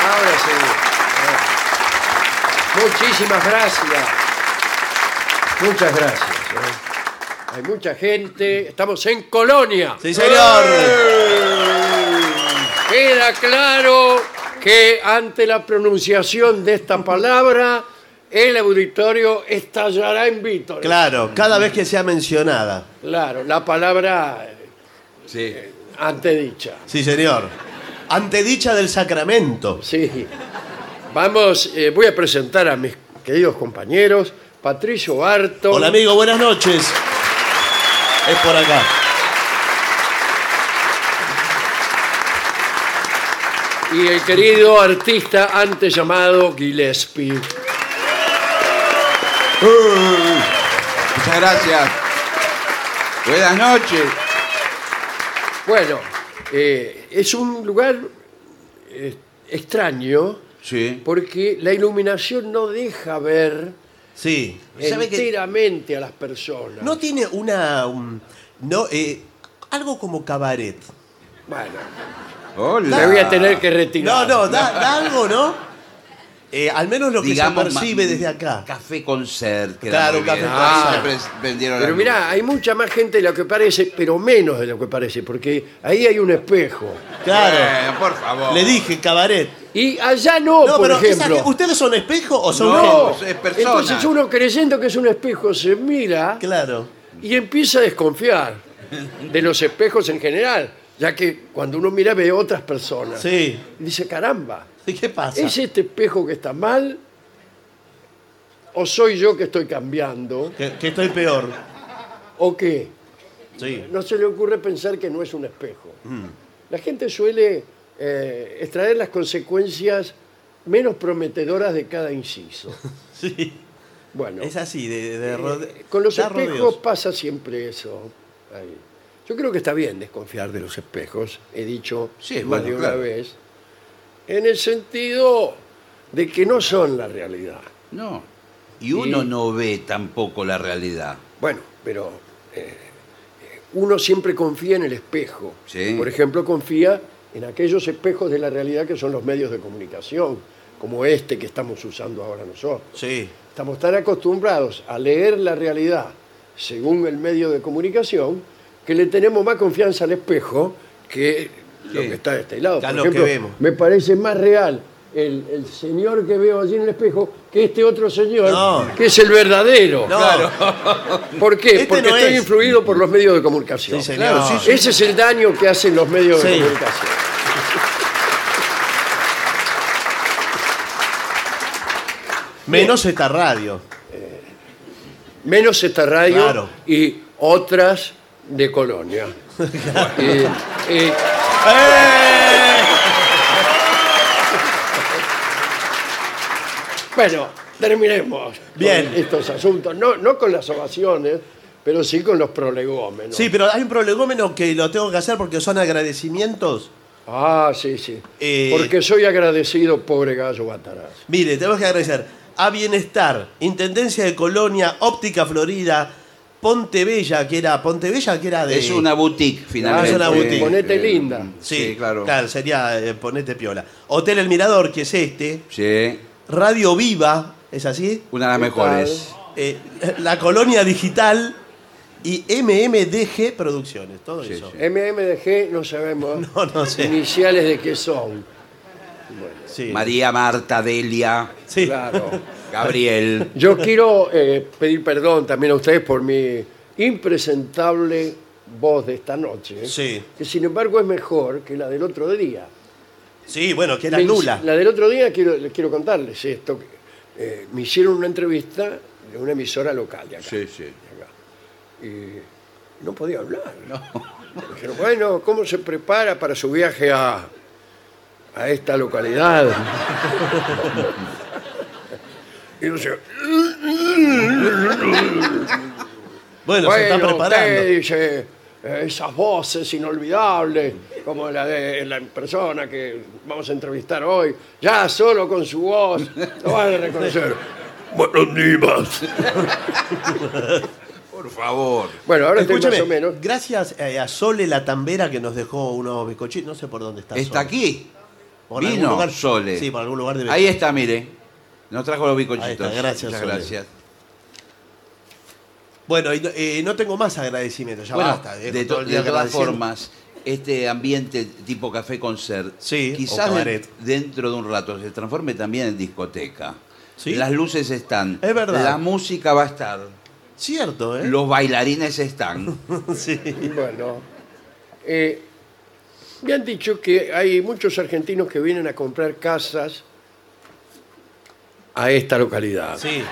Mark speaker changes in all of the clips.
Speaker 1: Ahora sí. Eh. Muchísimas gracias. Muchas gracias. eh. Hay mucha gente. Estamos en Colonia.
Speaker 2: Sí, señor.
Speaker 1: Queda claro que ante la pronunciación de esta palabra, el auditorio estallará en vítores.
Speaker 2: Claro, cada vez que sea mencionada.
Speaker 1: Claro, la palabra eh,
Speaker 3: Sí.
Speaker 1: antedicha.
Speaker 2: Sí, señor. Antedicha del sacramento.
Speaker 1: Sí. Vamos, eh, voy a presentar a mis queridos compañeros, Patricio Barto,
Speaker 2: Hola, amigo, buenas noches. Es por acá.
Speaker 1: y el querido artista antes llamado Gillespie.
Speaker 4: Muchas gracias. Buenas noches.
Speaker 1: Bueno, eh, es un lugar eh, extraño
Speaker 4: Sí.
Speaker 1: porque la iluminación no deja ver
Speaker 2: Sí. Eh, ¿Sabe que
Speaker 1: enteramente a las personas.
Speaker 2: no tiene una. un- no, eh, algo como cabaret.
Speaker 1: Bueno,
Speaker 4: Hola.
Speaker 1: me voy a tener que
Speaker 2: No,
Speaker 1: retirar.
Speaker 2: no, da, da algo, ¿no? Eh, al menos lo que
Speaker 4: Digamos,
Speaker 2: se percibe
Speaker 4: ma-
Speaker 2: desde acá.
Speaker 4: Café concert. que
Speaker 2: Claro,
Speaker 4: era muy bien.
Speaker 2: café
Speaker 4: Ah,
Speaker 2: concert.
Speaker 4: siempre vendieron
Speaker 1: Pero
Speaker 4: la-
Speaker 1: mirá, hay mucha más gente de lo que parece, pero menos de lo que parece, porque ahí hay un espejo.
Speaker 2: Claro.
Speaker 4: Bueno, por favor.
Speaker 2: Le dije cabaret.
Speaker 1: Y allá no,
Speaker 2: No,
Speaker 1: por
Speaker 2: pero esa-
Speaker 1: ejemplo.
Speaker 2: ¿ustedes son espejo o son
Speaker 1: No,
Speaker 2: gente?
Speaker 4: es persona.
Speaker 1: entonces uno creyendo que es un espejo se mira
Speaker 2: Claro.
Speaker 1: y empieza a desconfiar de los espejos en general, ya que cuando uno mira ve otras personas.
Speaker 2: Sí.
Speaker 1: Y dice, caramba,
Speaker 2: ¿Y qué pasa?
Speaker 1: ¿es este espejo que está mal? ¿O soy yo que estoy cambiando?
Speaker 2: Que, que estoy peor.
Speaker 1: ¿O qué?
Speaker 2: Sí.
Speaker 1: No se le ocurre pensar que no es un espejo.
Speaker 2: Mm.
Speaker 1: La gente suele eh, extraer las consecuencias menos prometedoras de cada inciso.
Speaker 2: Sí.
Speaker 1: Bueno,
Speaker 2: Es así, de, de rode-
Speaker 1: con los
Speaker 2: da
Speaker 1: espejos
Speaker 2: rodeos.
Speaker 1: pasa siempre eso. Ahí. Yo creo que está bien desconfiar de los espejos, he dicho
Speaker 4: Sí,
Speaker 1: más
Speaker 4: bueno,
Speaker 1: de una
Speaker 4: claro.
Speaker 1: vez, en el sentido de que no son la realidad.
Speaker 4: No. Y uno
Speaker 1: Y-
Speaker 4: no ve tampoco la realidad.
Speaker 1: Bueno, pero eh, uno siempre confía en el espejo.
Speaker 4: Sí.
Speaker 1: Por ejemplo, confía en aquellos espejos de la realidad que son los medios de comunicación, como este que estamos usando ahora nosotros.
Speaker 2: Sí.
Speaker 1: Estamos tan acostumbrados a leer la realidad según el medio de comunicación que le tenemos más confianza al espejo que lo
Speaker 4: Sí.
Speaker 1: que está de este lado.
Speaker 2: Ya
Speaker 1: Por
Speaker 2: lo que
Speaker 1: ejemplo,
Speaker 2: vemos.
Speaker 1: me parece más real el, el señor que veo allí en el espejo que este otro señor
Speaker 2: No.
Speaker 1: que es el verdadero.
Speaker 2: No,
Speaker 1: ¿Por qué?
Speaker 2: Este
Speaker 1: Porque
Speaker 2: no
Speaker 1: estoy
Speaker 2: es.
Speaker 1: influido por los medios de comunicación.
Speaker 2: Sí, señor. Claro, sí, sí.
Speaker 1: Ese es el daño que hacen los medios de
Speaker 2: Sí.
Speaker 1: comunicación.
Speaker 2: menos esta radio.
Speaker 1: Menos esta radio
Speaker 2: Claro.
Speaker 1: y otras de Colonia. Eh, eh, bueno, terminemos
Speaker 2: Bien.
Speaker 1: con estos asuntos. No, no con las ovaciones, pero sí con los prolegómenos.
Speaker 2: Sí, pero hay un prolegómeno que lo tengo que hacer porque son agradecimientos.
Speaker 1: Ah, sí, sí.
Speaker 2: Eh,
Speaker 1: Porque soy agradecido, pobre gallo Bataraz.
Speaker 2: Mire, tenemos que agradecer a Bienestar, Intendencia de Colonia, Óptica Florida, Pontebella, que era Pontebella, que era de...
Speaker 4: Es una boutique, finalmente.
Speaker 2: es una boutique.
Speaker 1: Ponete linda.
Speaker 2: Sí,
Speaker 4: sí,
Speaker 2: claro.
Speaker 4: claro.
Speaker 2: Claro, sería eh, Ponete Piola. Hotel El Mirador, que es este.
Speaker 4: Sí.
Speaker 2: Radio Viva, ¿es así?
Speaker 4: Una de las
Speaker 1: ¿Qué
Speaker 4: mejores.
Speaker 2: Eh, la Colonia Digital y MMDG Producciones, todo
Speaker 4: Sí,
Speaker 2: eso.
Speaker 4: sí.
Speaker 1: MMDG no sabemos
Speaker 2: No, no sé.
Speaker 1: iniciales de qué son.
Speaker 2: Sí.
Speaker 4: María, Marta, Delia,
Speaker 2: Sí.
Speaker 1: Claro.
Speaker 4: Gabriel.
Speaker 1: Yo quiero eh, pedir perdón también a ustedes por mi impresentable voz de esta noche.
Speaker 2: Sí.
Speaker 1: Que sin embargo es mejor que la del otro día.
Speaker 2: Sí, bueno, que era
Speaker 1: Me hic-
Speaker 2: nula.
Speaker 1: La del otro día quiero, les quiero contarles esto. que, eh, me hicieron una entrevista de una emisora local de acá.
Speaker 4: Sí, sí.
Speaker 1: No podía hablar. Dijeron, bueno, ¿cómo se prepara para su viaje a a esta localidad. y no sé,
Speaker 2: Bueno, se está
Speaker 1: bueno,
Speaker 2: preparando.
Speaker 1: usted dice, eh, esas voces inolvidables, como la de la persona que vamos a entrevistar hoy, ya solo con su voz, lo van a reconocer. Buenos días.
Speaker 4: Por favor.
Speaker 1: Bueno, ahora estoy
Speaker 2: Escúchame,
Speaker 1: más o menos.
Speaker 2: gracias eh, a Sole la tambera que nos dejó unos bizcochitos. No sé por dónde está.
Speaker 4: Está
Speaker 2: Sole.
Speaker 4: aquí.
Speaker 2: Por
Speaker 4: Vino
Speaker 2: algún lugar-
Speaker 4: Sole.
Speaker 2: Sí, por algún lugar de
Speaker 4: Ahí está, mire. Nos trajo los
Speaker 2: Ahí
Speaker 4: bicochitos.
Speaker 2: está, gracias,
Speaker 4: Muchas
Speaker 2: Sole.
Speaker 4: gracias.
Speaker 2: Bueno, y no- eh, no tengo más agradecimientos. Ya
Speaker 4: Bueno,
Speaker 2: basta. dejo
Speaker 4: de,
Speaker 2: todo
Speaker 4: to-
Speaker 2: el día
Speaker 4: de todas
Speaker 2: agradeciendo.
Speaker 4: formas, este ambiente tipo café concert,
Speaker 2: Sí, o
Speaker 4: quizás de-
Speaker 2: cabaret.
Speaker 4: dentro de un rato se transforme también en discoteca.
Speaker 2: Sí.
Speaker 4: Las luces están,
Speaker 2: Es verdad.
Speaker 4: la música va a estar,
Speaker 2: Cierto, ¿eh?
Speaker 4: los bailarines están.
Speaker 2: Sí.
Speaker 1: Bueno, eh, me han dicho que hay muchos argentinos que vienen a comprar casas a esta localidad.
Speaker 2: Sí.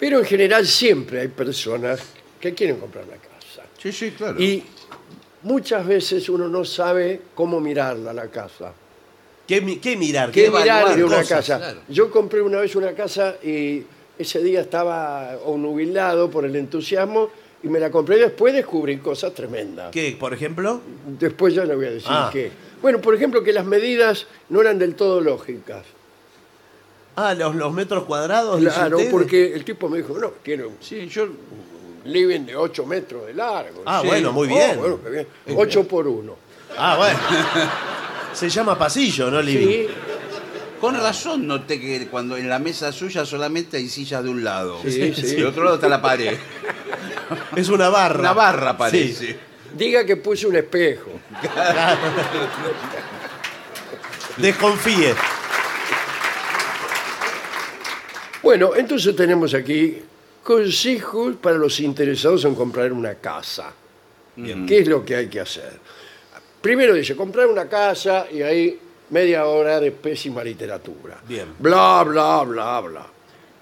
Speaker 1: Pero en general siempre hay personas que quieren comprar una casa.
Speaker 4: Sí, sí, claro.
Speaker 1: Y muchas veces uno no sabe cómo mirarla la casa.
Speaker 2: ¿Qué, mi- qué mirar?
Speaker 1: ¿Qué
Speaker 4: evaluar
Speaker 1: mirar de una
Speaker 4: cosas,
Speaker 1: casa?
Speaker 4: claro.
Speaker 1: Yo compré una vez una casa y ese día estaba onubilado por el entusiasmo y me la compré después descubrí cosas tremendas.
Speaker 2: ¿Qué, por ejemplo?
Speaker 1: Después ya le voy a decir
Speaker 2: Ah.
Speaker 1: qué. Bueno, por ejemplo, que las medidas no eran del todo lógicas.
Speaker 2: Ah, los, los metros cuadrados. dice
Speaker 1: Claro,
Speaker 2: usted.
Speaker 1: porque el tipo me dijo, no, tiene un
Speaker 4: Sí, yo
Speaker 1: living de 8 metros de largo.
Speaker 2: Ah,
Speaker 1: Sí.
Speaker 2: bueno, muy
Speaker 1: Oh,
Speaker 2: bien.
Speaker 1: bueno, qué bien. 8 por 1.
Speaker 2: Ah, bueno. Se llama pasillo, ¿no, Living?
Speaker 1: Sí,
Speaker 4: con razón noté que cuando en la mesa suya solamente hay sillas de un lado.
Speaker 1: Sí, sí.
Speaker 4: Del otro lado está la pared.
Speaker 2: Es una barra.
Speaker 4: Una barra parece.
Speaker 2: Sí.
Speaker 1: diga que puse un espejo.
Speaker 2: Desconfíe.
Speaker 1: Bueno, entonces tenemos aquí consejos para los interesados en comprar una casa. ¿Qué es lo que hay que hacer? Primero dice, comprar una casa y ahí media hora de pésima literatura.
Speaker 2: Bien.
Speaker 1: Bla, bla, bla, bla.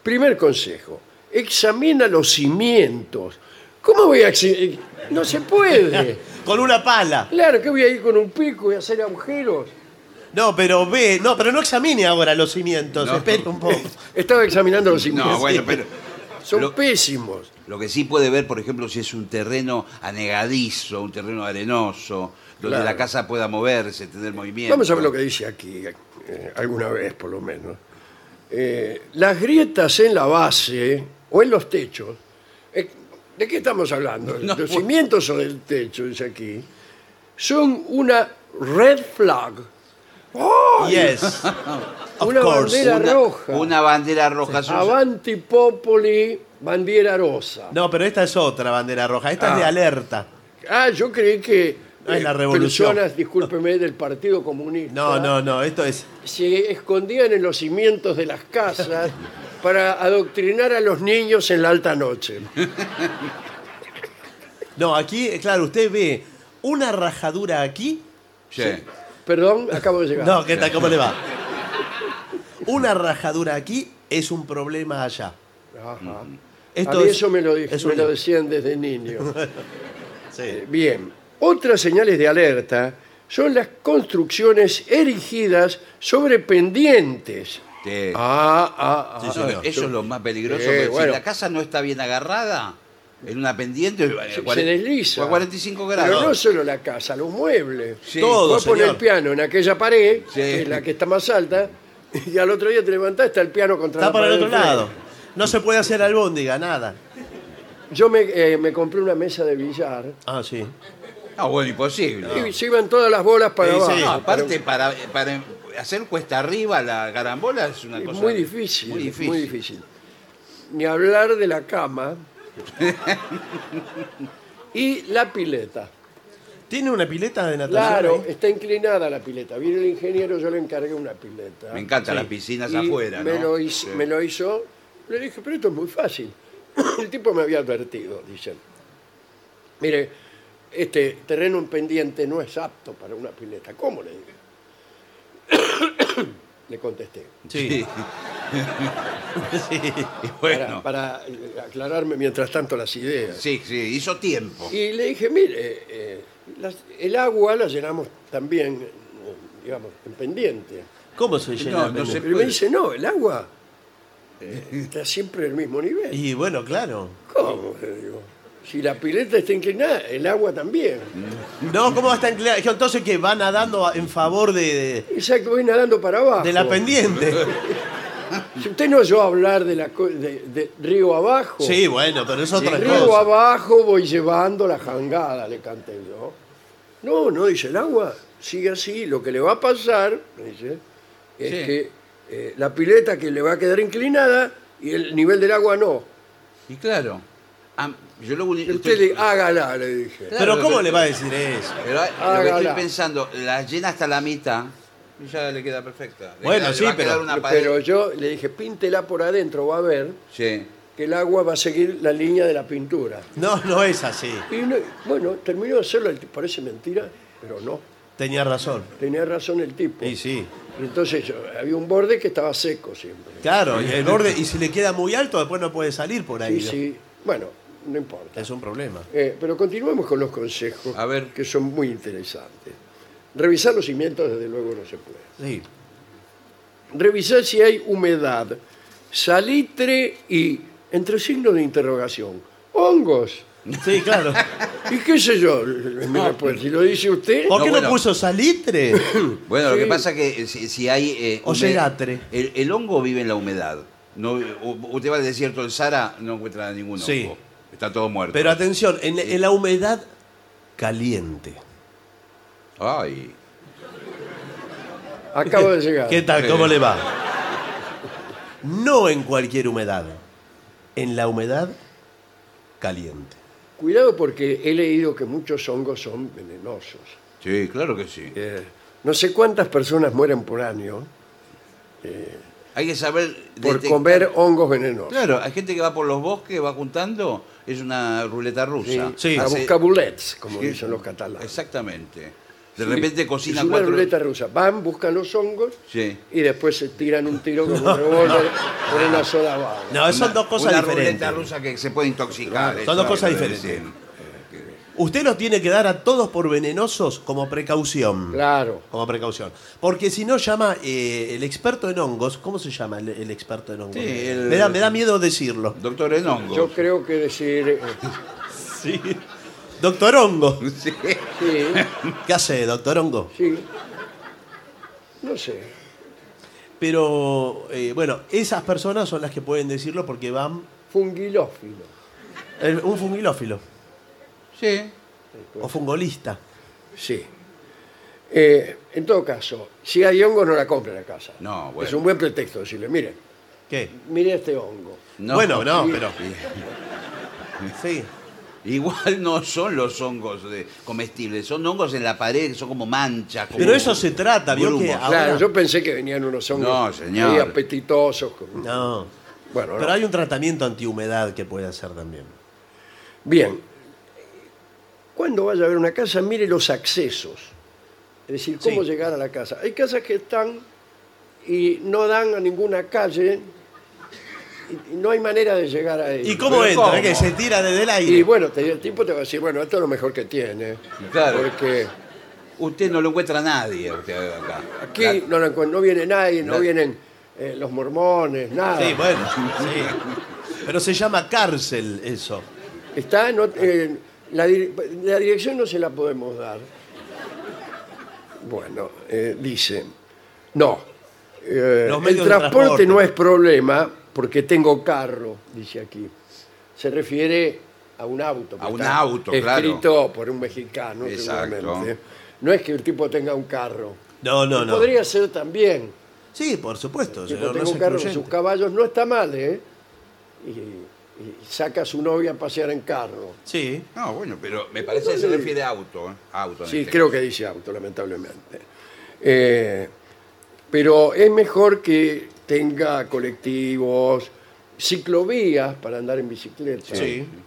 Speaker 1: Primer consejo, examina los cimientos. ¿Cómo voy a... exi- No se puede.
Speaker 2: Con una pala.
Speaker 1: Claro, que voy a ir con un pico y hacer agujeros.
Speaker 2: No, pero ve. No, pero no examine ahora los cimientos.
Speaker 4: No.
Speaker 2: Espere un poco.
Speaker 1: Estaba examinando los cimientos.
Speaker 4: No, bueno, pero
Speaker 1: Son
Speaker 4: lo-
Speaker 1: pésimos.
Speaker 4: Lo que sí puede ver, por ejemplo, si es un terreno anegadizo, un terreno arenoso, donde
Speaker 1: Claro.
Speaker 4: la casa pueda moverse, tener movimiento.
Speaker 1: Vamos a ver lo que dice aquí, eh, alguna vez por lo menos. Eh, las grietas en la base o en los techos, eh, ¿de qué estamos hablando? ¿De los cimientos o del techo? Dice aquí, son una red flag. ¡Ay!
Speaker 2: Yes. Of
Speaker 1: Una
Speaker 2: course.
Speaker 1: bandera roja.
Speaker 4: Una bandera roja. Son-
Speaker 1: Avanti Popoli, bandiera rosa.
Speaker 2: No, pero esta es otra bandera roja. Esta es de
Speaker 1: Ah.
Speaker 2: alerta.
Speaker 1: Ah, yo creí que
Speaker 2: Ah, es la
Speaker 1: eh,
Speaker 2: revolución.
Speaker 1: personas, discúlpeme, del Partido Comunista.
Speaker 2: No, no, no. Esto es.
Speaker 1: se escondían en los cimientos de las casas para adoctrinar a los niños en la alta noche.
Speaker 2: No, aquí, eh, claro, usted ve una rajadura aquí.
Speaker 4: Sí.
Speaker 1: Perdón, acabo de llegar.
Speaker 2: No, ¿qué tal? ¿Cómo le va? Una rajadura aquí es un problema allá.
Speaker 1: Ajá.
Speaker 2: Mm. Esto
Speaker 1: a mí
Speaker 2: es-
Speaker 1: eso me lo, di-
Speaker 2: es
Speaker 1: me
Speaker 2: un-
Speaker 1: lo decían desde niño.
Speaker 2: Sí.
Speaker 1: Bien, otras señales de alerta son las construcciones erigidas sobre pendientes.
Speaker 4: Sí.
Speaker 1: Ah, ah, ah.
Speaker 4: No, eso es lo más peligroso.
Speaker 1: Eh,
Speaker 4: porque
Speaker 1: bueno.
Speaker 4: Si la casa no está bien agarrada, en una pendiente, eh,
Speaker 1: Se,
Speaker 4: cuare-
Speaker 1: se desliza.
Speaker 4: a 45
Speaker 1: Pero no
Speaker 4: grados.
Speaker 1: solo la casa, los muebles.
Speaker 4: Sí.
Speaker 2: Todo,
Speaker 1: Vos pones el
Speaker 2: señor.
Speaker 1: piano en aquella pared,
Speaker 4: Sí.
Speaker 1: que es la que está más alta, y al otro día te levantás, está el piano contra
Speaker 2: Está
Speaker 1: la
Speaker 2: para el
Speaker 1: pared
Speaker 2: otro
Speaker 1: del frente.
Speaker 2: lado. No se puede hacer albóndiga, nada.
Speaker 1: Yo me, eh, me compré una mesa de billar
Speaker 2: Ah, sí.
Speaker 4: No, bueno, imposible.
Speaker 1: y se iban todas las bolas para
Speaker 2: Sí, Ah, sí.
Speaker 1: abajo.
Speaker 4: No, aparte, para, para hacer cuesta arriba la garambola es una
Speaker 1: Es
Speaker 4: cosa.
Speaker 1: muy difícil,
Speaker 4: Muy difícil.
Speaker 1: muy difícil. Ni hablar de la cama y la pileta.
Speaker 2: ¿Tiene una pileta de natación?
Speaker 1: Claro,
Speaker 2: ahí?
Speaker 1: está inclinada la pileta. Viene el ingeniero, yo le encargué una pileta.
Speaker 4: Me encantan
Speaker 2: Sí.
Speaker 4: las piscinas
Speaker 1: Y
Speaker 4: afuera.
Speaker 1: me,
Speaker 4: ¿no?
Speaker 1: lo hizo, me lo hizo. Le dije, pero esto es muy fácil. El tipo me había advertido, dicen. Mire, este terreno en pendiente no es apto para una pileta. ¿Cómo le dije? le contesté.
Speaker 2: Sí. Sí.
Speaker 4: Y
Speaker 1: Para,
Speaker 4: bueno,
Speaker 1: para, eh, aclararme mientras tanto las ideas.
Speaker 4: sí, sí, hizo tiempo.
Speaker 1: Y le dije, mire, eh, las- el agua la llenamos también, eh, digamos, en pendiente.
Speaker 2: ¿Cómo se llena? el
Speaker 4: No, no
Speaker 2: menú?
Speaker 4: se-
Speaker 1: Pero me
Speaker 4: puede.
Speaker 1: dice, no, el agua eh, está siempre en el mismo nivel.
Speaker 2: Y bueno, claro.
Speaker 1: ¿Cómo? Le digo. Si la pileta está inclinada, el agua también.
Speaker 2: Mm. No, ¿cómo va a estar inclinado? Dijo, Entonces que va nadando en favor de,
Speaker 1: Exacto, voy nadando para abajo.
Speaker 2: de- de la pendiente.
Speaker 1: Si usted no oyó hablar de, la co- de- de río abajo.
Speaker 2: Sí, bueno, pero es
Speaker 1: De
Speaker 2: otra
Speaker 1: río
Speaker 2: cosa.
Speaker 1: abajo voy llevando la jangada, le canté yo. No, no, dice, el agua sigue así. Lo que le va a pasar, me dice, es
Speaker 4: Sí.
Speaker 1: que eh, la pileta que le va a quedar inclinada y el nivel del agua no.
Speaker 4: Y claro. ah, yo lo único-
Speaker 1: Usted
Speaker 4: estoy-
Speaker 1: le ah, hágala, le dije.
Speaker 4: Claro,
Speaker 2: Pero ¿cómo
Speaker 4: pero-
Speaker 2: le va a decir eso?
Speaker 4: Pero lo que
Speaker 1: Hágala.
Speaker 4: estoy pensando, la llena hasta la mitad y ya le queda perfecta. Le
Speaker 2: Bueno,
Speaker 4: queda- le
Speaker 2: sí,
Speaker 4: va a quedar
Speaker 2: pero-
Speaker 4: una pared.
Speaker 1: Pero yo le dije, píntela por adentro, va a ver
Speaker 4: Sí.
Speaker 1: que el agua va a seguir la línea de la pintura.
Speaker 2: No, no es así.
Speaker 1: Y no- bueno, terminó de hacerlo, el tipo, parece mentira, pero no.
Speaker 2: Tenía razón.
Speaker 1: Tenía razón el tipo.
Speaker 2: Y sí.
Speaker 1: Y entonces yo- había un borde que estaba seco siempre.
Speaker 2: Claro, y el borde, y si le queda muy alto, después no puede salir por ahí.
Speaker 1: Y sí, bueno, no importa.
Speaker 2: Es un problema.
Speaker 1: Eh, pero continuemos con los consejos
Speaker 4: A ver.
Speaker 1: que son muy interesantes. Revisar los cimientos, desde luego, no se puede.
Speaker 2: Sí.
Speaker 1: Revisar si hay humedad, salitre y, entre signos de interrogación, hongos.
Speaker 2: Sí, claro.
Speaker 1: ¿Y qué sé yo? Mi
Speaker 4: Ah,
Speaker 1: respuesta, Si lo dice usted,
Speaker 2: ¿Por qué no,
Speaker 4: bueno.
Speaker 2: puso salitre?
Speaker 4: Bueno, lo
Speaker 1: Sí.
Speaker 4: que pasa es que si, si hay... eh,
Speaker 2: O
Speaker 4: humed-
Speaker 2: cegatre.
Speaker 4: El, el hongo vive en la humedad. No, u- usted va al desierto del Sahara, no encuentra ningún hongo.
Speaker 2: Sí.
Speaker 4: Está todo muerto.
Speaker 2: Pero atención, en, en la humedad caliente.
Speaker 4: Ay.
Speaker 1: acabo de llegar.
Speaker 2: ¿Qué tal? ¿Cómo le va? No en cualquier humedad. En la humedad caliente.
Speaker 1: Cuidado porque he leído que muchos hongos son venenosos.
Speaker 4: Sí, claro que sí.
Speaker 1: Eh, no sé cuántas personas mueren por año
Speaker 4: Hay que saber...
Speaker 1: por
Speaker 4: detectar-
Speaker 1: comer hongos venenosos.
Speaker 4: Claro, hay gente que va por los bosques, va juntando, es una ruleta rusa.
Speaker 2: Sí.
Speaker 1: a
Speaker 4: Hace-
Speaker 1: buscar bullets, como
Speaker 4: Sí.
Speaker 1: dicen los catalanes.
Speaker 4: Exactamente. De repente
Speaker 1: Es
Speaker 4: cocina
Speaker 1: una
Speaker 4: cuatro...
Speaker 1: ruleta rusa. Van, buscan los hongos
Speaker 4: Sí.
Speaker 1: y después se tiran un tiro con un revólver con una sola bala.
Speaker 2: No, son dos
Speaker 4: una
Speaker 2: cosas diferentes.
Speaker 4: ruleta rusa que se puede intoxicar.
Speaker 2: Claro,
Speaker 4: eso
Speaker 2: son dos
Speaker 4: es
Speaker 2: cosas
Speaker 4: lo que
Speaker 2: diferentes.
Speaker 4: dicen.
Speaker 2: Usted los tiene que dar a todos por venenosos como precaución.
Speaker 1: Claro.
Speaker 2: Como precaución. Porque si no llama eh, el experto en hongos, ¿cómo se llama el, el experto en hongos?
Speaker 4: Sí, el-
Speaker 2: me, da, me da miedo decirlo.
Speaker 4: Doctor en hongos.
Speaker 1: Yo creo que decir, eh,
Speaker 2: Sí. Doctor Hongo.
Speaker 4: Sí.
Speaker 1: sí,
Speaker 2: ¿Qué hace, doctor Hongo?
Speaker 1: sí. No sé.
Speaker 2: Pero eh, bueno, esas personas son las que pueden decirlo porque van.
Speaker 1: Fungilófilo.
Speaker 2: el- un fungilófilo
Speaker 4: Sí.
Speaker 2: o fungolista.
Speaker 1: Sí. Eh, en todo caso, si hay hongos, no la compre la casa.
Speaker 4: No, bueno.
Speaker 1: Es un buen pretexto decirle, mire,
Speaker 2: ¿Qué?
Speaker 1: mire este hongo.
Speaker 4: No.
Speaker 2: Bueno, no, pero. Sí.
Speaker 4: Igual no son los hongos de- comestibles, son hongos en la pared, son como manchas. como
Speaker 2: Pero eso se trata, vio
Speaker 4: grumos.
Speaker 2: que ahora.
Speaker 1: Claro, yo pensé que venían unos hongos
Speaker 4: No, señor.
Speaker 1: muy apetitosos. con-
Speaker 2: No.
Speaker 1: Bueno, no.
Speaker 2: Pero hay un tratamiento antihumedad que puede hacer también.
Speaker 1: Bien. Cuando vaya a ver una casa, mire los accesos. Es decir, cómo
Speaker 2: Sí.
Speaker 1: llegar a la casa. Hay casas que están y no dan a ninguna calle y- y no hay manera de llegar a ellas.
Speaker 2: ¿Y cómo
Speaker 4: ¿Pero
Speaker 2: entra?
Speaker 4: cómo?
Speaker 2: Que se tira desde el aire.
Speaker 1: Y bueno, te- el tipo te va a decir, bueno, esto es lo mejor que tiene.
Speaker 4: Claro.
Speaker 1: Porque
Speaker 4: Usted no lo encuentra a nadie usted acá.
Speaker 1: aquí no, lo encuent- no viene nadie, no
Speaker 4: La-
Speaker 1: vienen eh, los mormones, nada.
Speaker 2: Sí, bueno, sí. Pero se llama cárcel eso.
Speaker 1: Está, no, eh, la, dir- la dirección no se la podemos dar. Bueno, eh, dice, no, eh,
Speaker 2: Los
Speaker 1: el
Speaker 2: medios de
Speaker 1: transporte,
Speaker 2: transporte.
Speaker 1: no es problema porque tengo carro, dice aquí. Se refiere a un auto. que
Speaker 4: A un
Speaker 1: está
Speaker 4: auto, claro.
Speaker 1: escrito por un mexicano,
Speaker 4: Exacto.
Speaker 1: seguramente. No es que el tipo tenga un carro.
Speaker 2: No, no, no.
Speaker 1: Podría ser también.
Speaker 2: Sí, por supuesto.
Speaker 1: Tipo,
Speaker 2: señor, no
Speaker 1: tengo
Speaker 2: es
Speaker 1: un carro con sus
Speaker 2: excluyente.
Speaker 1: caballos, no está mal, ¿eh? Y, y saca a su novia a pasear en carro.
Speaker 2: Sí.
Speaker 4: No, bueno, pero me parece que se refiere a auto. ¿eh? A auto en
Speaker 1: Sí,
Speaker 4: este
Speaker 1: creo que dice auto, lamentablemente. Eh, pero es mejor que tenga colectivos, ciclovías para andar en bicicleta.
Speaker 2: Sí.
Speaker 4: caso.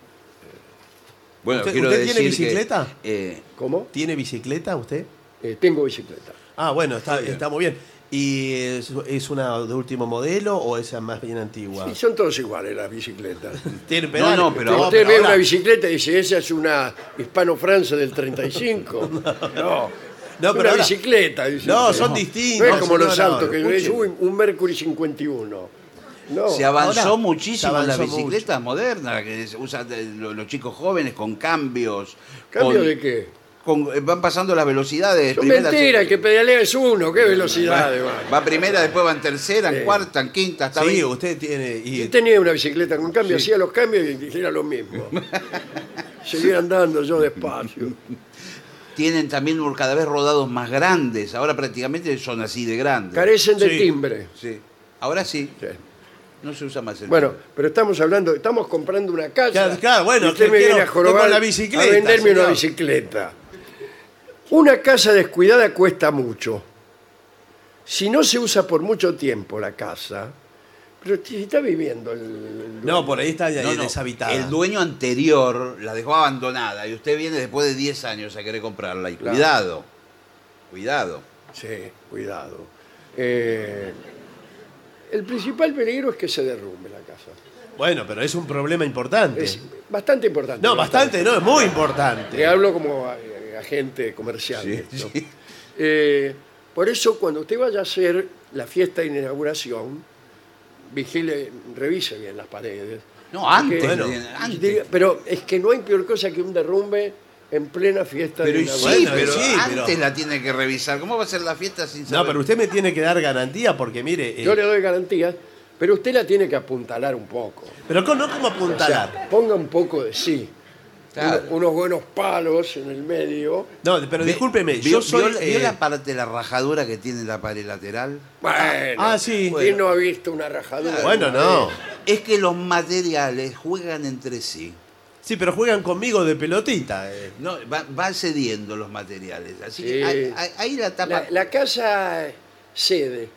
Speaker 4: Bueno,
Speaker 2: ¿Usted-
Speaker 4: quiero
Speaker 2: usted tiene
Speaker 4: decir que,
Speaker 2: bicicleta?
Speaker 4: eh,
Speaker 1: ¿Cómo?
Speaker 2: ¿Tiene bicicleta usted?
Speaker 1: Eh, tengo bicicleta.
Speaker 2: Ah, bueno, está, está muy bien. ¿Y es, es una de último modelo o es más bien antigua?
Speaker 1: Y son todos iguales las bicicletas.
Speaker 2: Tiene
Speaker 4: No, no, pero-
Speaker 1: Pero
Speaker 4: No,
Speaker 1: usted ve
Speaker 2: ahora-
Speaker 1: una bicicleta y dice, esa es una hispano-franza del 35. no.
Speaker 2: No, pero
Speaker 1: una
Speaker 2: ahora-
Speaker 1: bicicleta. dice
Speaker 2: No,
Speaker 1: usted.
Speaker 2: son
Speaker 1: No
Speaker 2: distintos.
Speaker 1: es como los
Speaker 2: señora,
Speaker 1: autos, que
Speaker 2: escuche.
Speaker 1: ves uy, un Mercury 51. No,
Speaker 4: Se avanzó
Speaker 2: Ahora, se
Speaker 4: muchísimo
Speaker 2: avanzó
Speaker 4: la bicicleta moderna, que se usa de- lo- los chicos jóvenes con cambios.
Speaker 1: ¿cambio
Speaker 4: con-
Speaker 1: de qué?
Speaker 4: con- eh, van pasando las velocidades.
Speaker 1: Son
Speaker 4: primera,
Speaker 1: mentiras, el que pedalea es uno, qué velocidad.
Speaker 4: va, va primera, después va en tercera, en
Speaker 1: Sí.
Speaker 4: cuarta, en quinta, hasta
Speaker 2: Sí,
Speaker 4: veinte.
Speaker 2: usted tiene. y-
Speaker 1: Yo tenía una bicicleta con cambio, hacía los cambios y era lo mismo. Seguía andando yo despacio.
Speaker 4: Tienen también cada vez rodados más grandes. Ahora prácticamente son así de grandes.
Speaker 1: Carecen de
Speaker 2: Sí.
Speaker 1: timbre.
Speaker 4: Sí. Ahora sí,
Speaker 1: Sí.
Speaker 4: no se usa más el
Speaker 1: Bueno, pero estamos hablando, estamos comprando una casa.
Speaker 2: Claro, claro, bueno,
Speaker 1: y usted
Speaker 2: que
Speaker 1: me
Speaker 2: quiero-
Speaker 1: viene a jorobar
Speaker 2: tengo la bicicleta,
Speaker 1: a venderme
Speaker 2: señor.
Speaker 1: una bicicleta. Una casa descuidada cuesta mucho. Si no se usa por mucho tiempo la casa, pero si está viviendo el, el-
Speaker 2: No, por ahí está
Speaker 4: No, no,
Speaker 2: deshabitada.
Speaker 4: El dueño anterior la dejó abandonada y usted viene después de 10 años a querer comprarla. Y
Speaker 1: Claro.
Speaker 4: cuidado, cuidado.
Speaker 1: Sí, cuidado. Eh, el principal peligro es que se derrumbe la casa.
Speaker 2: Bueno, pero es un problema importante.
Speaker 1: Es bastante importante.
Speaker 2: No, bastante, no, es muy importante.
Speaker 1: Le hablo como a- a- agente comercial. de esto. Eh, por eso, cuando usted vaya a hacer la fiesta de inauguración, vigile, revise bien las paredes.
Speaker 4: No, antes,
Speaker 1: Porque-
Speaker 4: bien, antes.
Speaker 1: Diga, Pero es que no hay peor cosa que un derrumbe en plena fiesta
Speaker 4: Pero
Speaker 1: de
Speaker 4: y sí,
Speaker 1: inauguración.
Speaker 4: pero
Speaker 2: sí, pero-
Speaker 4: antes la tiene que revisar. ¿Cómo va a ser la fiesta sin saber?
Speaker 2: No, pero usted me tiene que dar garantía porque mire. eh,
Speaker 1: Yo le doy garantías, pero usted la tiene que apuntalar un poco.
Speaker 2: Pero con- no como
Speaker 1: O sea,
Speaker 2: apuntalar.
Speaker 1: ponga un poco de sí.
Speaker 4: Claro.
Speaker 1: Uno- unos buenos palos en el medio.
Speaker 2: No, pero
Speaker 4: Ve-
Speaker 2: discúlpeme, yo
Speaker 4: vio-
Speaker 2: soy.
Speaker 4: vio la- vio
Speaker 2: eh,
Speaker 4: la parte de la rajadura que tiene la pared lateral?
Speaker 1: Bueno, eh.
Speaker 2: Ah, sí.
Speaker 1: ¿quién no ha visto una rajadura?
Speaker 2: Bueno, no.
Speaker 4: Es que los materiales juegan entre sí.
Speaker 2: Sí, pero juegan conmigo de pelotita. eh.
Speaker 4: No, va- van cediendo los materiales. Así
Speaker 1: Sí.
Speaker 4: que ahí, ahí- ahí la tapa
Speaker 1: La, la casa eh, cede.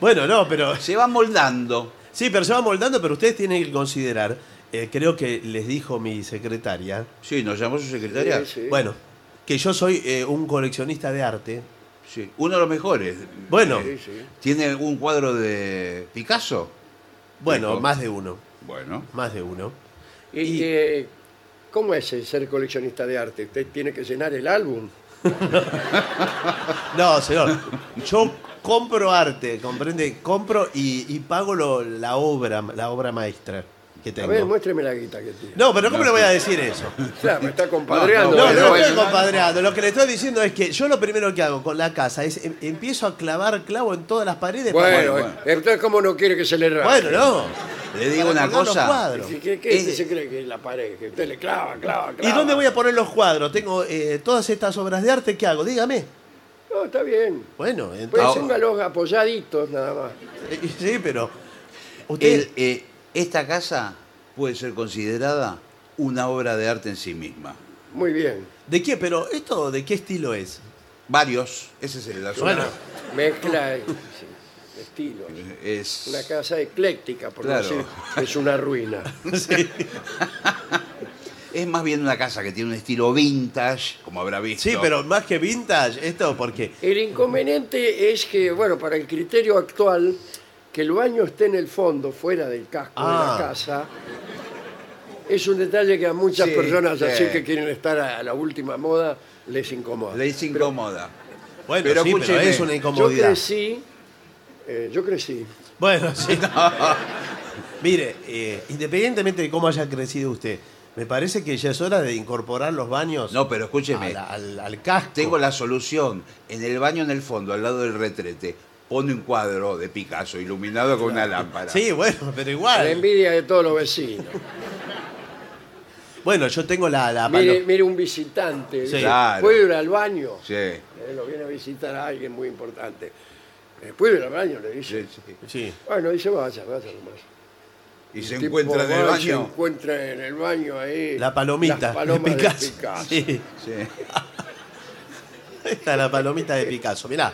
Speaker 2: Bueno, no, pero.
Speaker 4: se va moldando.
Speaker 2: Sí, pero se va moldando, pero ustedes tienen que considerar. eh, creo que les dijo mi secretaria.
Speaker 4: Sí, nos llamó su secretaria.
Speaker 1: Sí, sí.
Speaker 2: Bueno, que yo soy eh, un coleccionista de arte.
Speaker 4: Sí, uno de los mejores.
Speaker 2: Bueno,
Speaker 1: Sí, sí.
Speaker 4: ¿Tiene un cuadro de Picasso?
Speaker 2: bueno,
Speaker 4: Dijo.
Speaker 2: más de uno.
Speaker 4: Bueno.
Speaker 2: Más de uno.
Speaker 1: Y, eh, ¿Cómo es el ser coleccionista de arte? ¿Usted tiene que llenar el álbum?
Speaker 2: No, señor. Yo compro arte, comprende, compro y, y pago lo- la obra, la obra maestra que
Speaker 1: A ver,
Speaker 2: tengo.
Speaker 1: muéstreme la guita que tiene.
Speaker 2: No, pero ¿cómo le voy a decir eso?
Speaker 1: Claro, me está compadreando.
Speaker 2: No, no
Speaker 1: pero
Speaker 2: estoy
Speaker 1: bueno.
Speaker 2: compadreando. Lo que le estoy diciendo es que yo lo primero que hago con la casa es em- empiezo a clavar clavo en todas las paredes. para-
Speaker 1: Bueno,
Speaker 4: Bueno,
Speaker 1: eh, entonces, ¿cómo no quiere que se le raje?
Speaker 2: bueno, no.
Speaker 4: Le digo
Speaker 2: Para
Speaker 4: una
Speaker 2: colgar los
Speaker 4: cosa.
Speaker 2: cuadros.
Speaker 1: ¿Qué, qué- qué
Speaker 4: Eh,
Speaker 1: se cree que es la pared? Que usted le clava, clava, clava.
Speaker 2: ¿Y dónde voy a poner los cuadros? Tengo eh, todas estas obras de arte, ¿qué hago? Dígame.
Speaker 1: No, está bien.
Speaker 2: Ah, Bueno,
Speaker 1: Pues
Speaker 2: entonces.
Speaker 1: póngalos apoyaditos nada más.
Speaker 2: Eh, Sí, pero. Usted.
Speaker 4: El, eh, esta casa puede ser considerada una obra de arte en sí misma.
Speaker 1: Muy bien.
Speaker 2: ¿De qué? Pero, ¿esto de qué estilo es?
Speaker 4: Varios. Ese es el asunto.
Speaker 2: Bueno.
Speaker 1: Mezcla eh, sí, estilos.
Speaker 4: Es...
Speaker 1: Una casa ecléctica, por
Speaker 4: Claro.
Speaker 1: decir, es una ruina.
Speaker 2: Sí.
Speaker 4: es más bien una casa que tiene un estilo vintage, como habrá visto.
Speaker 2: Sí, pero más que vintage, esto porque.
Speaker 1: El inconveniente es que, bueno, para el criterio actual, que el baño esté en el fondo, fuera del casco
Speaker 2: Ah.
Speaker 1: de la casa, es un detalle que a muchas
Speaker 4: Sí,
Speaker 1: personas así
Speaker 4: sí.
Speaker 1: que quieren estar a la última moda les incomoda.
Speaker 4: Le dice incomoda.
Speaker 2: Bueno,
Speaker 4: Pero
Speaker 2: sí, pero
Speaker 4: escúcheme,
Speaker 2: es una
Speaker 1: yo
Speaker 2: incomodidad.
Speaker 1: crecí, eh, yo crecí.
Speaker 2: Bueno, sí. Mire, eh, independientemente de cómo haya crecido usted, me parece que ya es hora de incorporar los baños
Speaker 4: No, pero escúcheme.
Speaker 2: a Ah, la- al, al casco.
Speaker 4: Tengo la solución. En el baño en el fondo, al lado del retrete, pone un cuadro de Picasso iluminado con una lámpara.
Speaker 2: Sí, bueno, pero
Speaker 1: La
Speaker 2: igual.
Speaker 1: envidia de todos los vecinos.
Speaker 2: Bueno, yo tengo la. la
Speaker 1: Mire,
Speaker 2: palo-
Speaker 1: mire un visitante.
Speaker 2: Sí.
Speaker 1: ¿viste?
Speaker 4: Claro.
Speaker 1: ¿Puede ir al baño?
Speaker 4: Sí.
Speaker 1: Eh, lo viene a visitar a alguien muy importante. Eh, ¿Puede ir al baño? Le dice.
Speaker 4: Sí, sí.
Speaker 2: Sí.
Speaker 1: Bueno, dice, vaya, vaya nomás.
Speaker 4: Y se
Speaker 1: Tipo,
Speaker 4: encuentra en el
Speaker 1: va y Se
Speaker 4: baño.
Speaker 1: encuentra en el baño ahí.
Speaker 2: La palomita
Speaker 1: Eh, las palomas
Speaker 2: de Picasso.
Speaker 1: De Picasso.
Speaker 2: Sí,
Speaker 4: Sí.
Speaker 2: está la palomita de Picasso. Mirá,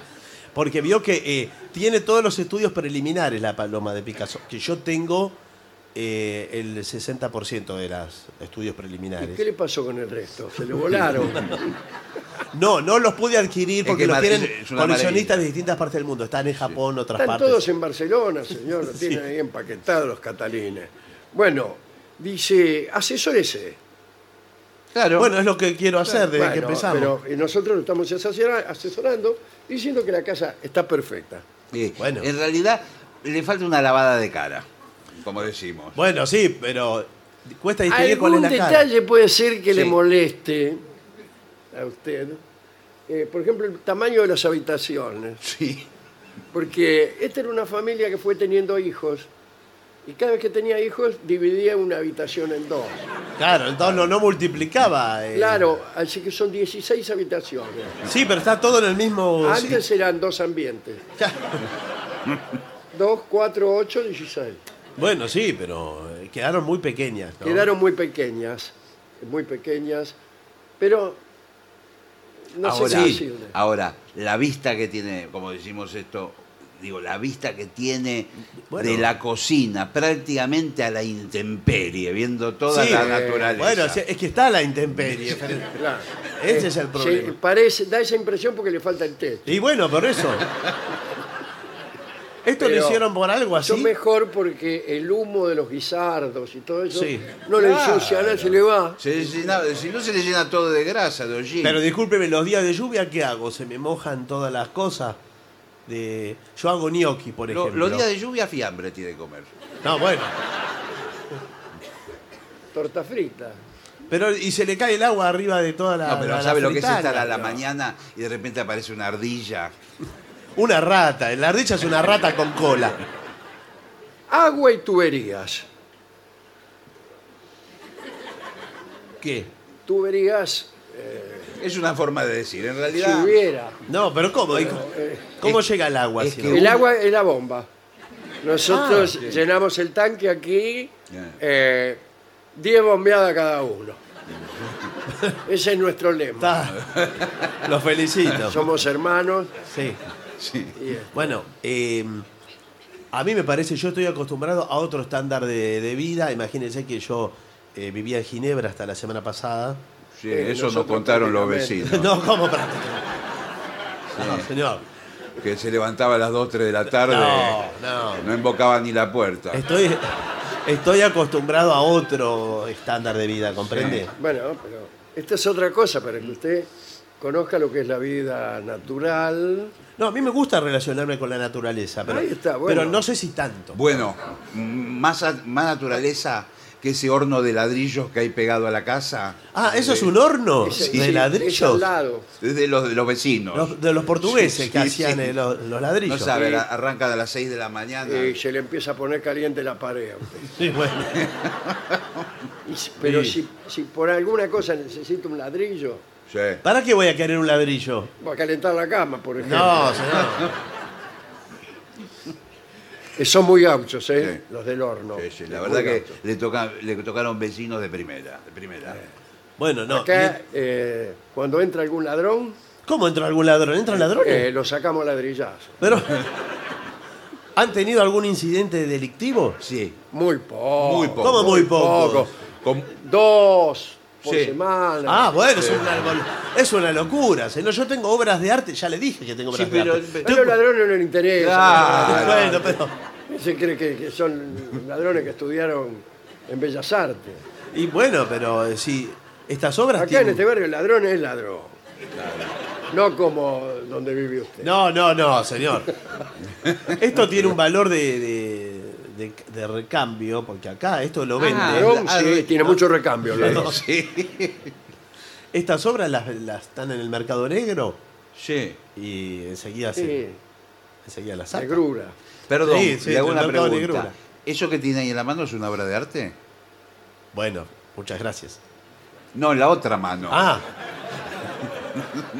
Speaker 2: porque vio que eh, tiene todos los estudios preliminares la paloma de Picasso, que yo tengo eh, el 60% de los estudios
Speaker 1: ¿Y qué
Speaker 2: preliminares.
Speaker 1: le pasó con el resto? Se lo volaron.
Speaker 2: No, no los pude adquirir
Speaker 4: Es
Speaker 2: porque
Speaker 4: que
Speaker 2: los
Speaker 4: mar-
Speaker 2: tienen
Speaker 4: es una maravilla.
Speaker 2: coleccionistas de distintas partes del mundo. Están en Japón, otras
Speaker 1: Están
Speaker 2: partes.
Speaker 1: todos en Barcelona, señor. Lo tienen ahí empaquetados los catalines. Bueno, dice, asesórese.
Speaker 4: Claro.
Speaker 2: Bueno, es lo que quiero hacer desde que
Speaker 1: Bueno,
Speaker 2: empezamos.
Speaker 1: Pero eh, nosotros lo estamos asesora- asesorando diciendo que la casa está perfecta.
Speaker 4: Sí.
Speaker 2: Bueno.
Speaker 4: En realidad le falta una lavada de cara, como decimos.
Speaker 2: Bueno, sí, pero cuesta distinguir cuál es
Speaker 1: Algún
Speaker 2: la cara.
Speaker 1: detalle puede ser que le
Speaker 4: Sí.
Speaker 1: moleste a usted. Eh, por ejemplo, el tamaño de las habitaciones.
Speaker 4: Sí.
Speaker 1: Porque esta era una familia que fue teniendo hijos. Y cada vez que tenía hijos, dividía una habitación en dos.
Speaker 2: Claro, entonces no, no multiplicaba. eh.
Speaker 1: Claro, así que son 16 habitaciones.
Speaker 2: Sí, pero está todo en el mismo.
Speaker 1: Antes eran dos ambientes. Dos, cuatro, ocho, 16.
Speaker 2: Bueno, sí, pero eh, quedaron muy pequeñas. ¿no?
Speaker 1: Quedaron muy pequeñas, muy pequeñas, pero no sé
Speaker 4: ahora,
Speaker 1: qué
Speaker 4: sí.
Speaker 1: decirle.
Speaker 4: ahora, la vista que tiene, como decimos esto, digo, la vista que tiene
Speaker 2: Bueno.
Speaker 4: de la cocina prácticamente a la intemperie, viendo toda
Speaker 2: Sí,
Speaker 4: la
Speaker 2: eh,
Speaker 4: naturaleza.
Speaker 2: Bueno, sí, es que está la intemperie. Fred.
Speaker 1: Claro. Eh,
Speaker 2: Ese es el problema.
Speaker 1: Sí, parece, da esa impresión porque le falta el techo.
Speaker 2: Y bueno, por eso. ¿Esto
Speaker 1: Pero
Speaker 2: lo hicieron por algo así?
Speaker 1: Son mejor porque el humo de los guisardos y todo eso
Speaker 2: Sí.
Speaker 1: no le
Speaker 4: Claro.
Speaker 1: ensucia, nada, se le va.
Speaker 4: Se le llena- si no se le llena todo de grasa, de hollín.
Speaker 2: Pero discúlpeme, los días de lluvia, ¿qué hago? ¿Se me mojan todas las cosas? De... Yo hago gnocchi, por
Speaker 4: Lo-
Speaker 2: ejemplo.
Speaker 4: los días de lluvia fiambre tiene que comer.
Speaker 2: No, bueno.
Speaker 1: Torta frita.
Speaker 2: Pero, y se le cae el agua arriba de toda la.
Speaker 4: no, pero
Speaker 2: Ah, la- la
Speaker 4: ¿sabe lo que es estar
Speaker 2: fritanga,
Speaker 4: a la
Speaker 2: pero-
Speaker 4: mañana y de repente aparece una ardilla?
Speaker 2: Una rata. La ardilla es una rata con cola.
Speaker 1: Agua y tuberías.
Speaker 2: ¿Qué?
Speaker 1: Tuberías,
Speaker 4: Es una forma de decir, en
Speaker 1: si
Speaker 4: realidad.
Speaker 1: hubiera.
Speaker 2: No, pero ¿cómo? hijo? ¿Cómo llega el agua?
Speaker 4: Eh, es
Speaker 2: si
Speaker 4: que-
Speaker 2: no?
Speaker 1: El agua es la bomba. Nosotros
Speaker 2: Ah, sí.
Speaker 1: llenamos el tanque aquí,
Speaker 4: Bien.
Speaker 1: eh, 10 bombeadas cada uno. Ese es nuestro lema.
Speaker 2: Está. Los felicito.
Speaker 1: Somos hermanos.
Speaker 2: Sí.
Speaker 4: Sí.
Speaker 1: y, eh,
Speaker 2: Bueno, eh, a mí me parece, yo estoy acostumbrado a otro estándar de, de vida. Imagínense que yo eh, vivía en Ginebra hasta la semana pasada.
Speaker 4: Sí,
Speaker 1: Eh,
Speaker 4: eso nos
Speaker 1: nosotros
Speaker 4: contaron los
Speaker 1: prácticamente.
Speaker 4: vecinos.
Speaker 2: No, ¿cómo prácticamente? No, señor.
Speaker 4: Que se levantaba a las 2, 3 de la tarde.
Speaker 2: No, no.
Speaker 4: No invocaba ni la puerta.
Speaker 2: Estoy, estoy acostumbrado a otro estándar de vida, ¿comprende?
Speaker 1: Bueno, pero esta es otra cosa para que usted conozca lo que es la vida natural.
Speaker 2: No, a mí me gusta relacionarme con la naturaleza, pero,
Speaker 1: Ahí está, bueno.
Speaker 2: pero no sé si tanto.
Speaker 4: Bueno, mm, más, a- más naturaleza que ese horno de ladrillos que hay pegado a la casa.
Speaker 2: Ah, ¿eso es un horno
Speaker 1: Ese-
Speaker 2: de
Speaker 1: ese- ese al
Speaker 2: ladrillos?
Speaker 1: lado.
Speaker 4: Es de los, de los vecinos.
Speaker 2: Los- de los portugueses
Speaker 4: Sí, sí,
Speaker 2: que hacían
Speaker 4: sí.
Speaker 2: eh, los, los
Speaker 4: no
Speaker 2: ladrillos.
Speaker 4: sabe,
Speaker 1: Sí.
Speaker 4: la- arrancan a las 6 de la mañana.
Speaker 1: Y eh, se le empieza a poner caliente la pared. a usted.
Speaker 2: Sí, bueno.
Speaker 1: Y si- pero
Speaker 2: Sí.
Speaker 1: si, si por alguna cosa necesita un ladrillo,
Speaker 4: Sí.
Speaker 2: ¿Para qué voy a querer un ladrillo?
Speaker 1: va a calentar la cama, por ejemplo.
Speaker 2: No, señor.
Speaker 1: Eh, Son muy gauchos, ¿eh?
Speaker 4: Sí.
Speaker 1: Los del horno.
Speaker 4: Sí, sí, la
Speaker 1: Muy
Speaker 4: verdad que
Speaker 1: gauchos.
Speaker 4: le, toca, le tocaron vecinos de primera. De primera.
Speaker 2: Bueno, no.
Speaker 1: Acá, eh, cuando entra algún ladrón,
Speaker 2: ¿Cómo entra algún ladrón? ¿Entran ladrones?
Speaker 1: eh, lo sacamos a ladrillazo.
Speaker 2: Pero. ¿Han tenido algún incidente delictivo?
Speaker 4: Sí,
Speaker 1: Muy poco.
Speaker 4: muy poco.
Speaker 2: ¿Cómo muy poco?
Speaker 1: Poco.
Speaker 4: Con-
Speaker 1: Dos por
Speaker 4: Sí.
Speaker 1: semana.
Speaker 2: Ah, bueno, es una, es una locura. señor. Yo tengo obras de arte, ya le dije que tengo obras
Speaker 4: Sí,
Speaker 2: de
Speaker 4: pero-
Speaker 2: arte. Ah,
Speaker 1: A los ladrones no les interesa.
Speaker 4: Claro.
Speaker 2: Bueno, pero.
Speaker 1: Se cree que, que son ladrones que estudiaron en Bellas Artes.
Speaker 2: Y bueno, pero eh, si estas obras
Speaker 1: Acá en
Speaker 2: tienen-
Speaker 1: este barrio el ladrón es ladrón. No como donde vive usted.
Speaker 2: Este. No, no, no, señor. Esto tiene un valor de, de- de- de recambio, porque acá esto lo vende.
Speaker 1: Ladrón,
Speaker 4: Ah,
Speaker 1: sí,
Speaker 4: sí,
Speaker 1: tiene mucho recambio. el ladrón.
Speaker 4: Sí.
Speaker 2: Estas obras las, las están en el mercado negro
Speaker 4: sí.
Speaker 2: y enseguida
Speaker 1: Sí,
Speaker 2: se enseguida las sacan.
Speaker 1: negrura.
Speaker 4: Perdón,
Speaker 2: Sí, sí,
Speaker 4: le hago
Speaker 2: del
Speaker 4: una
Speaker 2: mercado
Speaker 4: pregunta.
Speaker 2: negrura.
Speaker 4: ¿Eso que tiene ahí en la mano es una obra de arte?
Speaker 2: Bueno, muchas gracias.
Speaker 4: No, en la otra mano.
Speaker 2: Ah.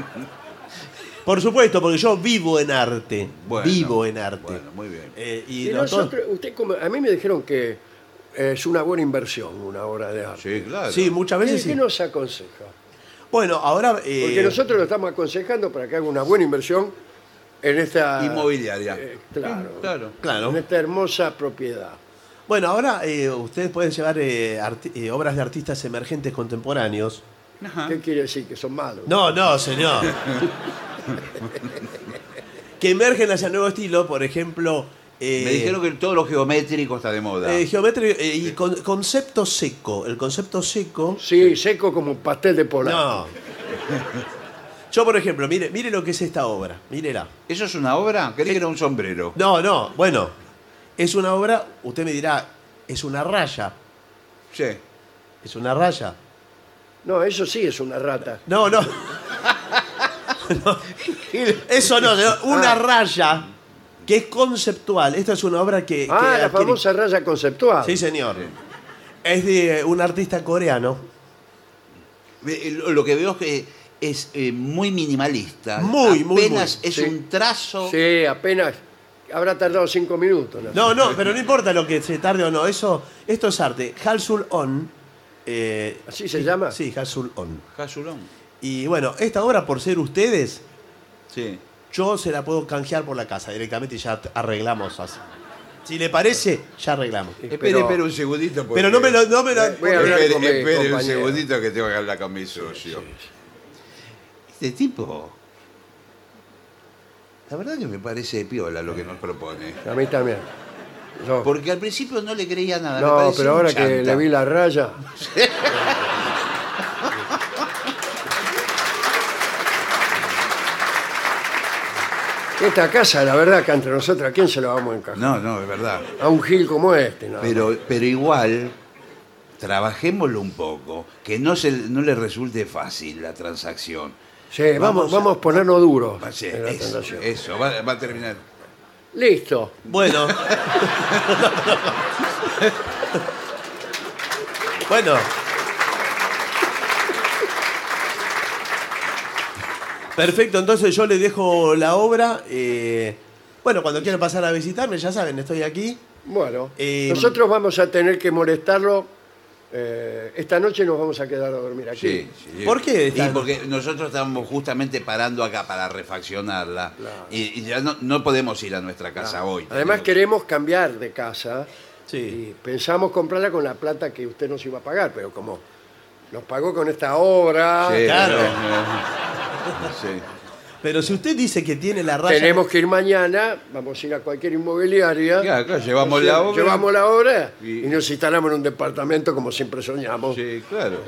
Speaker 2: Por supuesto, porque yo vivo en arte.
Speaker 4: Bueno,
Speaker 2: vivo en arte.
Speaker 4: Bueno, muy bien.
Speaker 2: Eh, y
Speaker 1: Y
Speaker 2: no todo-
Speaker 1: nosotros- usted como- a mí me dijeron que es una buena inversión una obra de arte.
Speaker 4: Sí, claro.
Speaker 2: Sí, muchas
Speaker 1: ¿Qué,
Speaker 2: veces
Speaker 1: qué
Speaker 2: sí.
Speaker 1: nos aconseja?
Speaker 2: Bueno, ahora. eh,
Speaker 1: Porque nosotros lo estamos aconsejando para que haga una buena inversión en esta,
Speaker 4: Inmobiliaria.
Speaker 1: Eh, claro.
Speaker 4: Sí, claro.
Speaker 2: Claro.
Speaker 1: en esta hermosa propiedad.
Speaker 2: Bueno, ahora eh, ustedes pueden llevar eh, arti- eh, obras de artistas emergentes contemporáneos.
Speaker 4: Ajá.
Speaker 1: ¿Qué quiere decir? Que son malos.
Speaker 2: No, no, señor. que emergen hacia nuevo estilo, por ejemplo, Eh,
Speaker 4: Me dijeron que todo lo geométrico está de moda.
Speaker 2: eh, geometría, eh, y con- concepto seco. El concepto seco.
Speaker 1: Sí, seco como pastel de polaco.
Speaker 2: No. Yo, por ejemplo, mire, mire lo que es esta obra. Mírela.
Speaker 4: ¿Eso es una obra? Creí que era un sombrero.
Speaker 2: eh, No, no, bueno. Es una obra, usted me dirá, es una raya.
Speaker 4: Sí.
Speaker 2: Es una raya.
Speaker 1: No. eso sí es una rata.
Speaker 2: No, no. No. Eso no, no, una
Speaker 1: Ah.
Speaker 2: raya que es conceptual. Esta es una obra que. que
Speaker 1: Ah, la
Speaker 2: adquiere-
Speaker 1: famosa raya conceptual.
Speaker 2: Sí, señor. Es de un artista coreano.
Speaker 4: Me- eh, Lo lo que veo es que es eh, muy minimalista.
Speaker 2: Muy, muy,
Speaker 4: Apenas
Speaker 1: muy.
Speaker 4: es
Speaker 1: Sí.
Speaker 4: un trazo.
Speaker 1: Sí, apenas. Habrá tardado cinco minutos. ¿no?
Speaker 2: No, no, pero no importa lo que se tarde o no. Eso, esto es arte. Halsul On. eh,
Speaker 1: ¿Así se llama?
Speaker 2: Sí, Halsul On.
Speaker 4: Casulón.
Speaker 2: Y bueno, esta obra, por ser ustedes,
Speaker 4: Sí.
Speaker 2: yo se la puedo canjear por la casa directamente y ya arreglamos así. Si le parece, ya arreglamos.
Speaker 1: Sí,
Speaker 4: Espere, espere un segundito. porque-
Speaker 2: Pero no me lo. No me lo
Speaker 1: Voy a hablar
Speaker 4: Espere,
Speaker 1: con mi
Speaker 4: espere un
Speaker 1: compañero.
Speaker 4: segundito que tengo que hablar con mi socio. Este tipo. La verdad que me parece piola lo que nos propone.
Speaker 1: A mí también. No,
Speaker 4: Porque al principio no le creía nada. me
Speaker 1: No,
Speaker 4: parecía
Speaker 1: pero
Speaker 4: un
Speaker 1: ahora
Speaker 4: chanta.
Speaker 1: que le vi la raya. Esta casa, la verdad, que entre nosotros, ¿a quién se la vamos a encajar?
Speaker 4: No, no, es verdad.
Speaker 1: A un gil como este, ¿no?
Speaker 4: Pero, pero igual, trabajémoslo un poco. Que no, se, no le resulte fácil la transacción.
Speaker 1: Sí, vamos, vamos a ponernos duros.
Speaker 4: Va a ser
Speaker 1: en la
Speaker 4: Ah, eso, eh.
Speaker 1: tentación.
Speaker 4: eso, va, va a terminar.
Speaker 1: Listo.
Speaker 2: Bueno. bueno. Perfecto, entonces yo les dejo la obra. eh, bueno, cuando quieran pasar a visitarme, ya saben, estoy aquí.
Speaker 1: Bueno,
Speaker 2: Eh,
Speaker 1: nosotros vamos a tener que molestarlo. eh, esta noche nos vamos a quedar a dormir aquí.
Speaker 4: Sí, sí.
Speaker 2: ¿Por qué
Speaker 4: Y
Speaker 2: están-
Speaker 4: porque nosotros estábamos justamente parando acá para refaccionarla. Y, y ya no, no podemos ir a nuestra casa hoy.
Speaker 1: Además
Speaker 4: Tenemos-
Speaker 1: queremos cambiar de casa.
Speaker 2: Sí.
Speaker 1: Y pensamos comprarla con la plata que usted nos iba a pagar, pero como nos pagó con esta obra,
Speaker 4: Sí,
Speaker 2: Claro.
Speaker 4: no, no. Sí.
Speaker 2: Pero si usted dice que tiene la raya.
Speaker 1: tenemos que ir mañana, vamos a ir a cualquier inmobiliaria.
Speaker 4: Claro, claro, llevamos la obra.
Speaker 1: Llevamos la obra
Speaker 4: Y-
Speaker 1: y nos instalamos en un departamento como siempre soñamos,
Speaker 4: Sí, claro.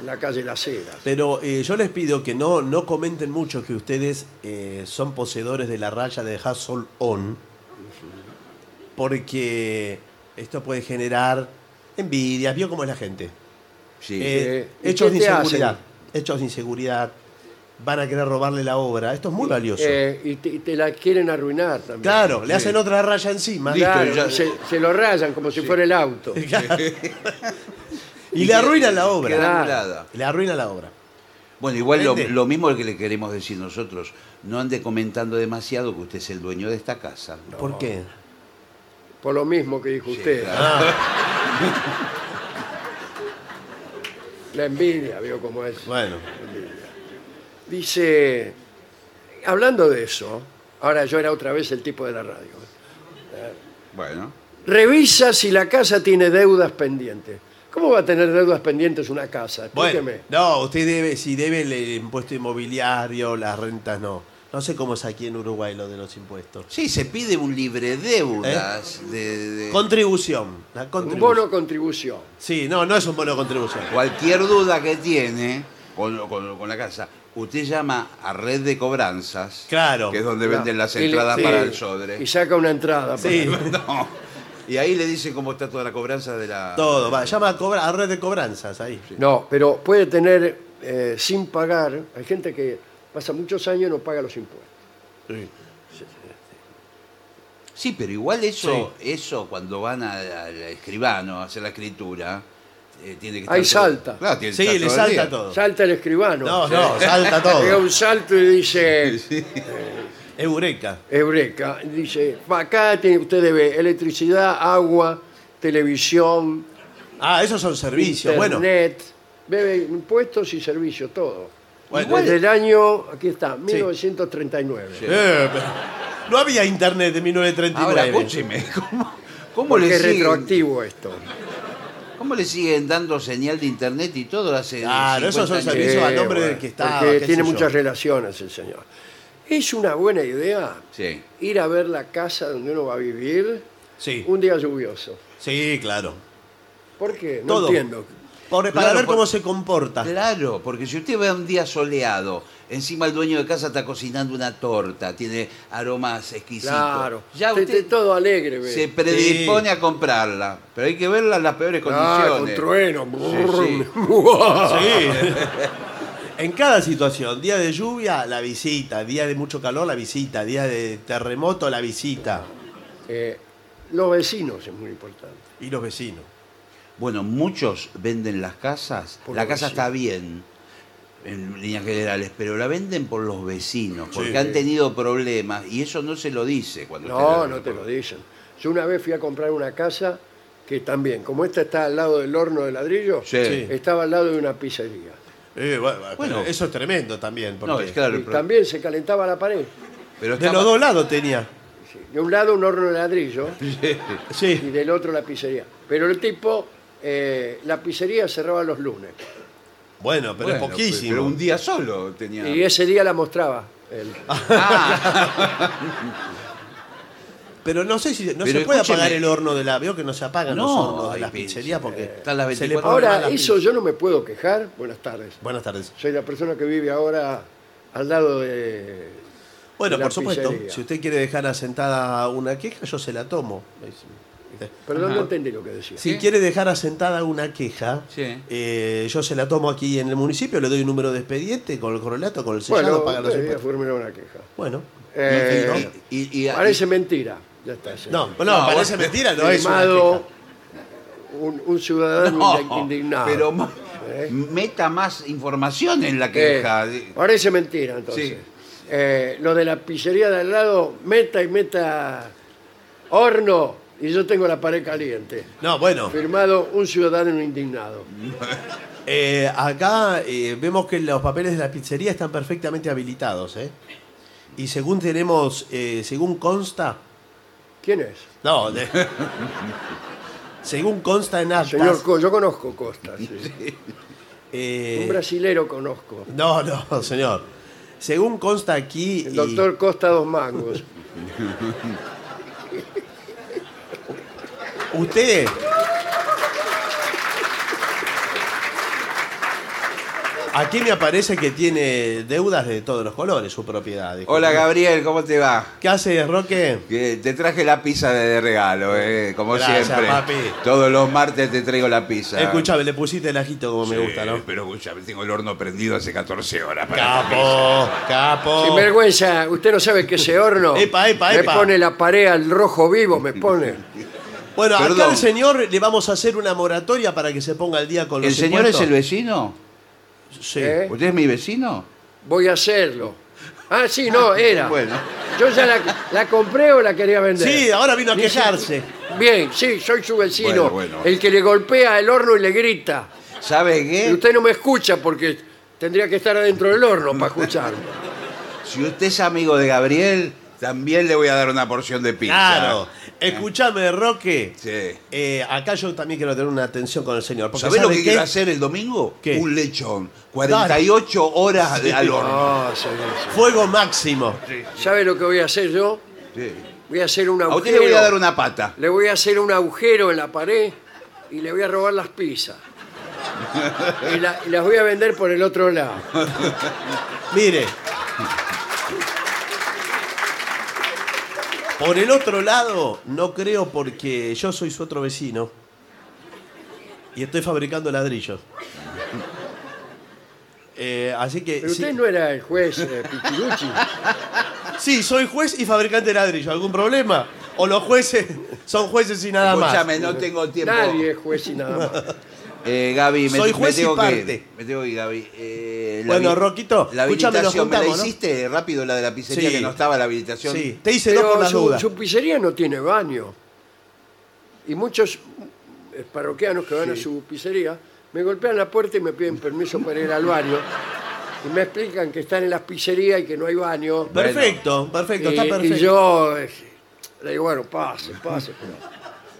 Speaker 1: en la calle Las Heras.
Speaker 2: Pero eh, yo les pido que no, no comenten mucho que ustedes eh, son poseedores de la raya de Hustle On, porque esto puede generar envidias. ¿Vio cómo es la gente?
Speaker 4: Sí.
Speaker 2: Eh,
Speaker 1: Sí. ¿Y
Speaker 2: hechos de
Speaker 1: qué te
Speaker 2: inseguridad.
Speaker 1: hacen?
Speaker 2: Hechos de inseguridad. Van a querer robarle la obra. Esto es muy valioso.
Speaker 1: Eh, y, te, y te la quieren arruinar también.
Speaker 2: claro, le hacen otra raya encima.
Speaker 4: Listo,
Speaker 1: Claro,
Speaker 4: ya-
Speaker 1: se, se lo rayan como si fuera el auto.
Speaker 2: Y le arruinan la obra.
Speaker 4: Queda
Speaker 1: Claro.
Speaker 4: anulada.
Speaker 2: Le arruinan la obra.
Speaker 4: Bueno, igual lo,
Speaker 2: Vende.
Speaker 4: lo mismo que le queremos decir nosotros. No ande comentando demasiado que usted es el dueño de esta casa.
Speaker 2: ¿Por qué?
Speaker 1: Por lo mismo que dijo usted.
Speaker 4: claro.
Speaker 2: Ah,
Speaker 1: La envidia, veo cómo es.
Speaker 2: bueno.
Speaker 1: Dice, hablando de eso, ahora yo era otra vez el tipo de la radio.
Speaker 4: Bueno.
Speaker 1: Revisa si la casa tiene deudas pendientes. ¿Cómo va a tener deudas pendientes una casa? Explíqueme.
Speaker 2: Bueno, no, usted debe, si debe el impuesto inmobiliario, las rentas no. No sé cómo es aquí en Uruguay lo de los impuestos.
Speaker 4: Sí, se pide un libre deudas de, de-
Speaker 2: Contribución. La
Speaker 1: Un
Speaker 2: contribución.
Speaker 1: bono contribución.
Speaker 2: Sí, no, no es un bono contribución.
Speaker 4: Cualquier duda que tiene con, con- con la casa, usted llama a Red de Cobranzas,
Speaker 2: Claro.
Speaker 4: que es donde venden las
Speaker 1: Y le-
Speaker 4: entradas
Speaker 1: sí,
Speaker 4: para el sodre.
Speaker 1: Y saca una entrada.
Speaker 2: Sí,
Speaker 4: No. Y ahí le dicen cómo está toda la cobranza de la...
Speaker 2: todo. Va, llama a, cobra, a red de cobranzas ahí.
Speaker 1: No, pero puede tener eh, sin pagar. Hay gente que pasa muchos años y no paga los impuestos.
Speaker 4: Sí, pero igual eso, eso cuando van a- al escribano a hacer la escritura, eh, tiene que estar...
Speaker 1: Ahí
Speaker 4: todo-
Speaker 1: salta.
Speaker 4: Claro, tiene
Speaker 2: Sí,
Speaker 4: que estar
Speaker 2: le
Speaker 4: todo el
Speaker 2: salta
Speaker 4: día.
Speaker 2: todo.
Speaker 1: Salta el escribano.
Speaker 2: No, no,
Speaker 1: Pega
Speaker 2: salta todo.
Speaker 1: un salto y dice,
Speaker 2: Eureka.
Speaker 1: Eureka, dice, acá tiene- usted debe electricidad, agua, televisión,
Speaker 2: Ah, esos son servicios. Bueno,
Speaker 1: Internet, debe impuestos y servicios, todo.
Speaker 2: Bueno.
Speaker 1: Desde el año, aquí está, 1939.
Speaker 2: eh, pero no había internet en
Speaker 4: Ahora,
Speaker 2: 1939.
Speaker 4: escúcheme, ¿cómo, cómo,
Speaker 1: Porque
Speaker 4: le
Speaker 1: es
Speaker 4: siguen,
Speaker 1: retroactivo esto.
Speaker 4: ¿cómo le siguen dando señal de internet y todo hace
Speaker 2: Claro, esos son
Speaker 4: 50 años?
Speaker 2: servicios. Eso al
Speaker 1: Eh,
Speaker 2: nombre del que estaba,
Speaker 1: porque
Speaker 2: qué
Speaker 1: tiene
Speaker 2: sé yo.
Speaker 1: muchas relaciones el señor. Es una buena idea
Speaker 4: Sí.
Speaker 1: ir a ver la casa donde uno va a vivir
Speaker 2: Sí,
Speaker 1: un día lluvioso.
Speaker 2: sí, claro.
Speaker 1: ¿Por qué? No
Speaker 2: Todo.
Speaker 1: entiendo.
Speaker 2: Por- para
Speaker 4: Claro,
Speaker 2: ver
Speaker 4: por-
Speaker 2: cómo se comporta.
Speaker 4: Claro, porque si usted ve un día soleado, encima el dueño de casa está cocinando una torta, tiene aromas exquisitos.
Speaker 1: Claro.
Speaker 4: Ya
Speaker 1: Te-
Speaker 4: usted
Speaker 1: te- todo alegre. ve.
Speaker 4: se predispone a comprarla, pero hay que verla en las peores
Speaker 1: Ah,
Speaker 4: condiciones.
Speaker 1: con trueno.
Speaker 4: Sí,
Speaker 2: Sí. en cada situación, día de lluvia, la visita, día de mucho calor, la visita, día de terremoto, la visita.
Speaker 1: Eh, los vecinos es muy importante.
Speaker 2: Y los vecinos.
Speaker 4: Bueno, muchos venden las casas.
Speaker 1: Por
Speaker 4: la
Speaker 1: los
Speaker 4: casa
Speaker 1: vecinos.
Speaker 4: está bien, en líneas generales, pero la venden por los vecinos, porque
Speaker 2: Sí.
Speaker 4: han tenido problemas y eso no se lo dice cuando
Speaker 1: No,
Speaker 4: usted la-
Speaker 1: no te lo dicen. Yo una vez fui a comprar una casa que también, como esta está al lado del horno de ladrillo,
Speaker 4: Sí.
Speaker 2: Sí.
Speaker 1: estaba al lado de una pizzería.
Speaker 2: Eh, bueno,
Speaker 4: Bueno.
Speaker 2: eso es tremendo también. Porque
Speaker 4: No, es claro.
Speaker 1: Y
Speaker 4: pero-
Speaker 1: también se calentaba la pared.
Speaker 4: pero
Speaker 2: De
Speaker 4: está
Speaker 2: los
Speaker 4: mal-
Speaker 2: dos lados tenía.
Speaker 1: Sí. De un lado un horno de ladrillo y
Speaker 2: Sí.
Speaker 1: del otro la pizzería. Pero el tipo, eh, la pizzería cerraba los lunes.
Speaker 2: Bueno, pero
Speaker 4: Bueno,
Speaker 2: es poquísimo.
Speaker 4: Pero un día solo tenía.
Speaker 1: Y ese día la mostraba. él.
Speaker 2: Ah, Pero no sé si no
Speaker 4: Pero
Speaker 2: se puede
Speaker 4: escúcheme.
Speaker 2: apagar el horno de la. Veo que no se apagan los
Speaker 4: No,
Speaker 2: hornos de
Speaker 4: hay
Speaker 2: las
Speaker 4: pinche.
Speaker 2: pizzerías porque
Speaker 4: Están las
Speaker 2: se
Speaker 4: 24
Speaker 2: le pone
Speaker 1: Ahora,
Speaker 2: mala
Speaker 1: eso
Speaker 2: pinche.
Speaker 1: yo no me puedo quejar. Buenas tardes.
Speaker 2: Buenas tardes.
Speaker 1: Soy la persona que vive ahora al lado de...
Speaker 2: Bueno,
Speaker 1: la
Speaker 2: por supuesto,
Speaker 1: pizzería.
Speaker 2: si usted quiere dejar asentada una queja, yo se la tomo.
Speaker 1: Perdón, no entendí lo que decía.
Speaker 2: Si
Speaker 4: ¿Sí?
Speaker 2: quiere dejar asentada una queja,
Speaker 4: Sí.
Speaker 2: eh, yo se la tomo aquí en el municipio, le doy un número de expediente con el correlato, con el sellado,
Speaker 1: bueno, eh,
Speaker 2: paga los
Speaker 1: debería
Speaker 2: impuestos.
Speaker 1: formular una queja.
Speaker 2: Bueno.
Speaker 1: Eh,
Speaker 4: Y- y- y-
Speaker 1: parece mentira. Ya está. sí.
Speaker 2: No, no,
Speaker 4: No,
Speaker 2: parece
Speaker 4: bueno,
Speaker 2: mentira, no es una
Speaker 1: Firmado
Speaker 2: queja.
Speaker 1: un, un ciudadano
Speaker 4: No,
Speaker 1: indi- indignado.
Speaker 4: Pero ma-
Speaker 1: ¿Eh?
Speaker 4: meta más información en la
Speaker 1: Eh,
Speaker 4: queja.
Speaker 1: parece mentira, entonces.
Speaker 4: Sí.
Speaker 1: Eh, lo de la pizzería de al lado, meta y meta horno, y yo tengo la pared caliente.
Speaker 2: No, bueno,
Speaker 1: Firmado un ciudadano indignado.
Speaker 2: eh, acá eh, vemos que los papeles de la pizzería están perfectamente habilitados, ¿eh? Y según tenemos, eh, según consta,
Speaker 1: ¿Quién es?
Speaker 2: no, de- según consta en actas,
Speaker 1: Señor, Co- yo conozco Costa. sí.
Speaker 2: eh,
Speaker 1: Un brasilero conozco.
Speaker 2: no, no, señor, según consta aquí,
Speaker 1: El
Speaker 2: y-
Speaker 1: doctor Costa Dos Mangos.
Speaker 2: Usted. Aquí me aparece que tiene deudas de todos los colores, su propiedad. disculpe.
Speaker 4: Hola Gabriel, ¿cómo te va?
Speaker 2: ¿Qué hace, Roque?
Speaker 4: Que te traje la pizza de, de regalo, eh, como
Speaker 2: Gracias,
Speaker 4: siempre.
Speaker 2: papi.
Speaker 4: Todos los martes te traigo la pizza.
Speaker 2: Escuchame, le pusiste el ajito como me
Speaker 4: Sí,
Speaker 2: gusta, ¿no?
Speaker 4: Pero escúchame, tengo el horno prendido hace 14 horas. para esta pizza.
Speaker 2: Capo, capo.
Speaker 1: Sin vergüenza, usted no sabe que ese horno
Speaker 2: Oh. Epa, epa,
Speaker 1: me
Speaker 2: epa.
Speaker 1: pone la pared al rojo vivo, me pone.
Speaker 2: Bueno, acá
Speaker 4: Perdón.
Speaker 2: al señor le vamos a hacer una moratoria para que se ponga al día con los
Speaker 4: ¿El señor es el
Speaker 2: impuestos.
Speaker 4: vecino?
Speaker 2: Sí.
Speaker 1: ¿Eh?
Speaker 4: ¿Usted es mi vecino?
Speaker 1: Voy a hacerlo. Ah, sí, no, era.
Speaker 4: Bueno.
Speaker 1: Yo ya la, la compré o la quería vender.
Speaker 2: Sí, ahora vino a
Speaker 1: Dice-
Speaker 2: quejarse.
Speaker 1: Bien, sí, soy su vecino.
Speaker 4: Bueno, bueno.
Speaker 1: El que le golpea el horno y le grita.
Speaker 4: ¿Sabe
Speaker 1: Y
Speaker 4: qué?
Speaker 1: usted no me escucha porque tendría que estar adentro del horno para escucharme.
Speaker 4: Si usted es amigo de Gabriel, también le voy a dar una porción de pizza.
Speaker 2: Claro. Escúchame, Roque.
Speaker 4: Sí.
Speaker 2: Eh, acá yo también quiero tener una atención con el señor. Porque
Speaker 4: ¿Sabés lo
Speaker 2: ¿sabe
Speaker 4: que
Speaker 2: qué?
Speaker 4: quiero hacer el domingo?
Speaker 2: ¿Qué?
Speaker 4: Un lechón. 48 horas de- al horno.
Speaker 1: No, señor.
Speaker 2: Fuego máximo.
Speaker 1: ¿Sabe lo que voy a hacer yo?
Speaker 4: Sí.
Speaker 1: Voy a hacer un
Speaker 4: A
Speaker 1: agujero.
Speaker 4: usted le voy a dar una pata.
Speaker 1: Le voy a hacer un agujero en la pared y le voy a robar las pizzas. Y, la- y las voy a vender por el otro lado.
Speaker 2: Mire. Por el otro lado, no creo porque yo soy su otro vecino. Y estoy fabricando ladrillos. Eh, así que.
Speaker 1: Pero
Speaker 2: Sí,
Speaker 1: usted no era el juez eh, Pichirucci.
Speaker 2: Sí, soy juez y fabricante de ladrillos. ¿Algún problema? O los jueces son jueces y nada más.
Speaker 4: Escúchame, no tengo tiempo.
Speaker 1: Nadie es juez y nada más.
Speaker 4: Eh, Gaby, me,
Speaker 2: Soy
Speaker 4: me
Speaker 2: juez y
Speaker 4: tengo que
Speaker 2: parte.
Speaker 4: ir. Me tengo que ir, Gaby. Eh,
Speaker 2: Bueno,
Speaker 4: habi-
Speaker 2: Roquito,
Speaker 4: la
Speaker 2: escúchame, nos
Speaker 4: habilitación, ¿me la
Speaker 2: juntamos, ¿no?
Speaker 4: hiciste rápido la de la pizzería
Speaker 2: Sí.
Speaker 4: que no estaba la habilitación?
Speaker 2: Sí, te hice dos por
Speaker 1: Pero
Speaker 2: las
Speaker 1: su,
Speaker 2: dudas.
Speaker 1: su pizzería no tiene baño. Y muchos eh, parroquianos que van a su pizzería me golpean la puerta y me piden permiso para ir al baño. Y me explican que están en las pizzerías y que no hay baño.
Speaker 2: Perfecto, perfecto,
Speaker 1: y,
Speaker 2: está
Speaker 1: y
Speaker 2: perfecto.
Speaker 1: yo eh, le digo, bueno, pase, pase.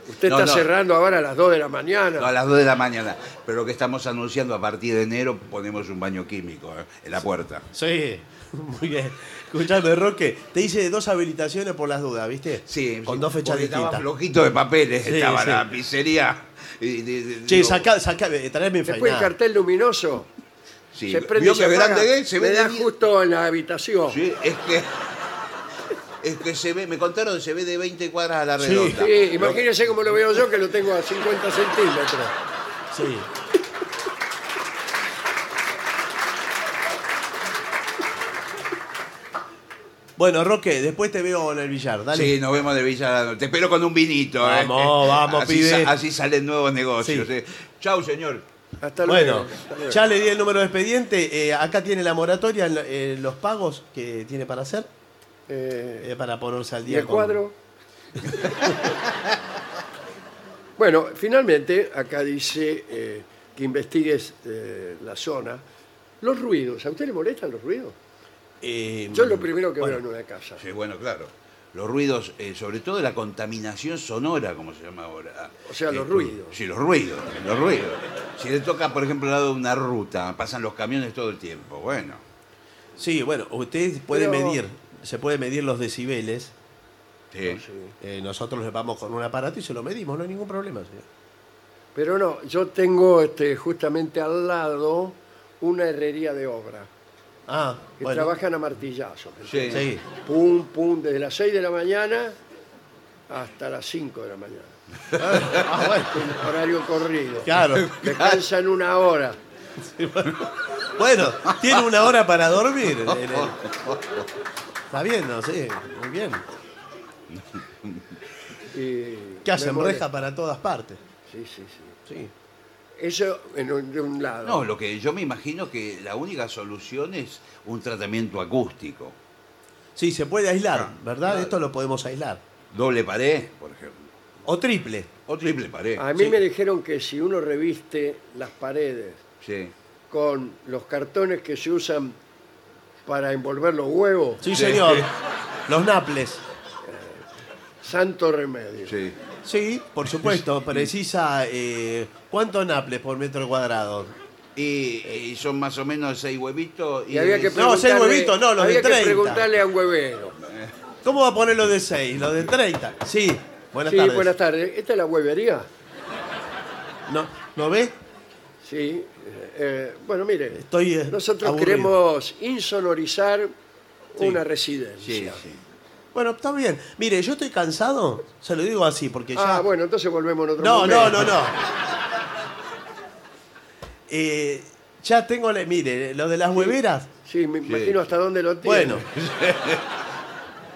Speaker 1: Usted
Speaker 4: No,
Speaker 1: está
Speaker 4: no.
Speaker 1: cerrando ahora a las 2 de la mañana.
Speaker 4: No, a las 2 de la mañana. Pero que estamos anunciando a partir de enero ponemos un baño químico eh, en la puerta.
Speaker 2: Sí, muy bien. Escuchame, Roque, te hice dos habilitaciones por las dudas, ¿viste?
Speaker 4: Sí,
Speaker 2: Con
Speaker 4: sí,
Speaker 2: dos fechas
Speaker 4: porque Estaba
Speaker 2: distintas.
Speaker 4: flojito de papeles,
Speaker 2: Sí,
Speaker 4: estaba
Speaker 2: sí.
Speaker 4: la pizzería. y- y- y-
Speaker 2: Che,
Speaker 4: digo,
Speaker 2: saca, saca, eh, traeme mi
Speaker 1: Después el cartel luminoso
Speaker 4: sí,
Speaker 1: se prende
Speaker 4: vio
Speaker 1: y
Speaker 4: que
Speaker 1: se
Speaker 4: grande
Speaker 1: apaga.
Speaker 4: que es, se
Speaker 1: Me
Speaker 4: ve
Speaker 1: da
Speaker 4: de-
Speaker 1: justo en la habitación.
Speaker 4: Sí, es que. Es que se ve, me contaron, se ve de 20 cuadras a la
Speaker 2: Sí.
Speaker 4: redonda.
Speaker 1: Sí, imagínese cómo lo veo yo que lo tengo a 50 centímetros.
Speaker 2: Sí. Bueno, Roque, después te veo en el billar, dale.
Speaker 4: Sí, nos vemos de Villa. Te espero con un vinito. eh.
Speaker 2: Vamos, vamos,
Speaker 4: así,
Speaker 2: pibe.
Speaker 4: sa- Así salen nuevos negocios.
Speaker 2: Sí.
Speaker 4: eh. Chau, señor.
Speaker 1: Hasta luego.
Speaker 2: Bueno,
Speaker 1: Hasta luego.
Speaker 2: ya le di el número de expediente. eh, acá tiene la moratoria, en lo- eh, los pagos que tiene para hacer,
Speaker 1: Eh,
Speaker 2: eh, para ponerse al
Speaker 1: ¿Y
Speaker 2: día.
Speaker 1: el
Speaker 2: con-
Speaker 1: cuadro? bueno, finalmente, acá dice eh, que investigues eh, la zona. Los ruidos, ¿a usted le molestan los ruidos?
Speaker 2: Eh,
Speaker 1: Yo es lo primero que
Speaker 2: bueno,
Speaker 1: veo en una casa.
Speaker 4: Sí, bueno, claro. Los ruidos, eh, sobre todo la contaminación sonora, como se llama ahora.
Speaker 1: O sea,
Speaker 4: Eh,
Speaker 1: los ruidos.
Speaker 4: Sí, los ruidos, los ruidos. Si le toca, por ejemplo, al lado de una ruta, pasan los camiones todo el tiempo. Bueno,
Speaker 2: Sí, bueno, usted puede
Speaker 1: Pero-
Speaker 2: medir, se puede medir los decibeles.
Speaker 4: sí.
Speaker 2: eh, nosotros les vamos con un aparato y se lo medimos, no hay ningún problema, señor.
Speaker 1: Pero no, yo tengo este, justamente al lado una herrería de obra
Speaker 2: Ah,
Speaker 1: que
Speaker 2: bueno.
Speaker 1: trabajan a martillazos.
Speaker 4: Sí.
Speaker 2: Sí.
Speaker 1: Pum, pum, desde las 6 de la mañana hasta las 5 de la mañana.
Speaker 2: Ah, bueno.
Speaker 1: Un horario corrido.
Speaker 2: Claro.
Speaker 1: Descansan una hora.
Speaker 2: Bueno, tiene una hora para dormir. en el- Está bien, no sé. Muy bien.
Speaker 1: y
Speaker 2: ¿Qué hacen?
Speaker 1: me
Speaker 2: Reja
Speaker 1: molesta.
Speaker 2: para todas partes.
Speaker 1: Sí, sí, sí.
Speaker 2: Sí.
Speaker 1: Eso en un- de un lado.
Speaker 4: No, lo que yo me imagino que la única solución es un tratamiento acústico.
Speaker 2: Sí, se puede aislar, ¿verdad? Esto lo podemos aislar.
Speaker 4: Doble pared, por ejemplo.
Speaker 2: O triple.
Speaker 4: O triple pared.
Speaker 1: A mí
Speaker 2: sí.
Speaker 1: me dijeron que si uno reviste las paredes
Speaker 4: Sí.
Speaker 1: con los cartones que se usan para envolver los huevos,
Speaker 2: Sí,
Speaker 4: Sí.
Speaker 2: señor. Los naples.
Speaker 1: santo remedio.
Speaker 4: Sí.
Speaker 2: Sí, por supuesto. Precisa. eh, ¿Cuántos naples por metro cuadrado?
Speaker 4: Y, y son más o menos seis huevitos.
Speaker 1: Y había que
Speaker 2: No, seis
Speaker 1: preguntarle-
Speaker 2: huevitos, no, los de
Speaker 1: había que
Speaker 2: 30.
Speaker 1: preguntarle a un huevero.
Speaker 2: ¿Cómo va a poner los de 6? ¿Los de 30? Sí. Buenas
Speaker 1: sí,
Speaker 2: tardes.
Speaker 1: buenas tardes. ¿Esta es la huevería?
Speaker 2: ¿No, ¿No ve?
Speaker 1: Sí. eh, bueno, mire,
Speaker 2: Estoy, eh,
Speaker 1: nosotros
Speaker 2: aburrido.
Speaker 1: queremos insonorizar una residencia.
Speaker 4: Sí, sí.
Speaker 2: Bueno, está bien. Mire, yo estoy cansado. Se lo digo así porque ya.
Speaker 1: Ah, bueno, entonces volvemos en otro
Speaker 2: No,
Speaker 1: momento.
Speaker 2: no, no, no. Eh, ya tengo, la- mire, lo de las hueveras.
Speaker 1: Sí, me imagino hasta dónde lo tiene.
Speaker 2: Bueno.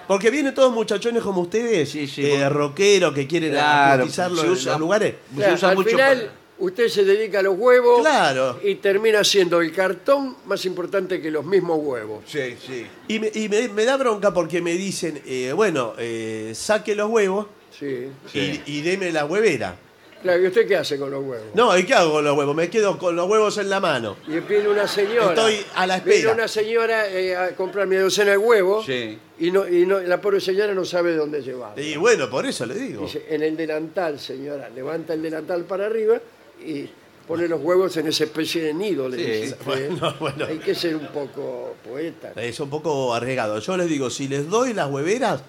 Speaker 2: Porque vienen todos muchachones como ustedes,
Speaker 4: Sí, sí,
Speaker 2: eh,
Speaker 4: bueno.
Speaker 2: rockeros que quieren
Speaker 4: Claro,
Speaker 2: acustizarlo
Speaker 4: se
Speaker 2: en
Speaker 4: usa-
Speaker 2: los lugares.
Speaker 4: se
Speaker 1: Claro,
Speaker 4: usa
Speaker 1: al
Speaker 4: mucho
Speaker 1: final,
Speaker 4: para-
Speaker 1: usted se dedica a los huevos
Speaker 2: Claro.
Speaker 1: y termina siendo el cartón más importante que los mismos huevos.
Speaker 4: Sí, sí.
Speaker 2: Y me, y me- me da bronca porque me dicen, eh, bueno, eh, saque los huevos
Speaker 1: Sí.
Speaker 4: Sí.
Speaker 2: y, y deme la huevera.
Speaker 1: Claro, ¿y usted qué hace con los huevos?
Speaker 2: No, ¿y qué hago con los huevos? Me quedo con los huevos en la mano.
Speaker 1: Y viene una señora.
Speaker 2: Estoy a la
Speaker 1: Viene
Speaker 2: espera.
Speaker 1: una señora eh, a comprar media docena de huevos
Speaker 4: Sí.
Speaker 1: y, no, y no- la pobre señora no sabe dónde llevarlo.
Speaker 2: Y bueno, por eso le digo.
Speaker 1: Dice, en el delantal, señora, levanta el delantal para arriba y pone los huevos en esa especie de nido. le
Speaker 4: Sí,
Speaker 1: dice ¿eh? usted.
Speaker 2: bueno, bueno.
Speaker 1: Hay que ser un poco poeta.
Speaker 2: Es un poco arriesgado. Yo les digo, si les doy las hueveras,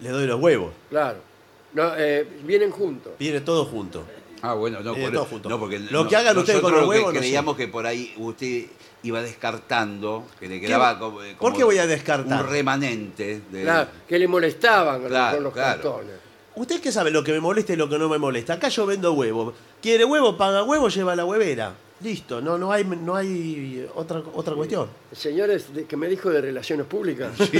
Speaker 2: les doy los huevos.
Speaker 1: Claro. No, eh, vienen juntos.
Speaker 2: Viene todo junto.
Speaker 4: Ah, bueno, no,
Speaker 2: Eh,
Speaker 4: por-
Speaker 2: todos juntos.
Speaker 4: no, porque
Speaker 2: Lo
Speaker 4: no-
Speaker 2: que hagan ustedes
Speaker 4: nosotros
Speaker 2: con los
Speaker 4: lo que
Speaker 2: huevos, no sé.
Speaker 4: creíamos que por ahí usted iba descartando, que le quedaba como, como
Speaker 2: ¿Por qué voy a descartar?
Speaker 4: Un remanente. De,
Speaker 1: Claro, que le molestaban con-
Speaker 4: Claro,
Speaker 1: con los
Speaker 4: claro.
Speaker 1: cartones.
Speaker 2: Usted qué sabe lo que me molesta y lo que no me molesta. Acá yo vendo huevo. Quiere huevo, paga huevo, lleva la huevera. Listo, no, no hay, no hay otra, otra cuestión.
Speaker 1: Señores, de- que me dijo de relaciones públicas.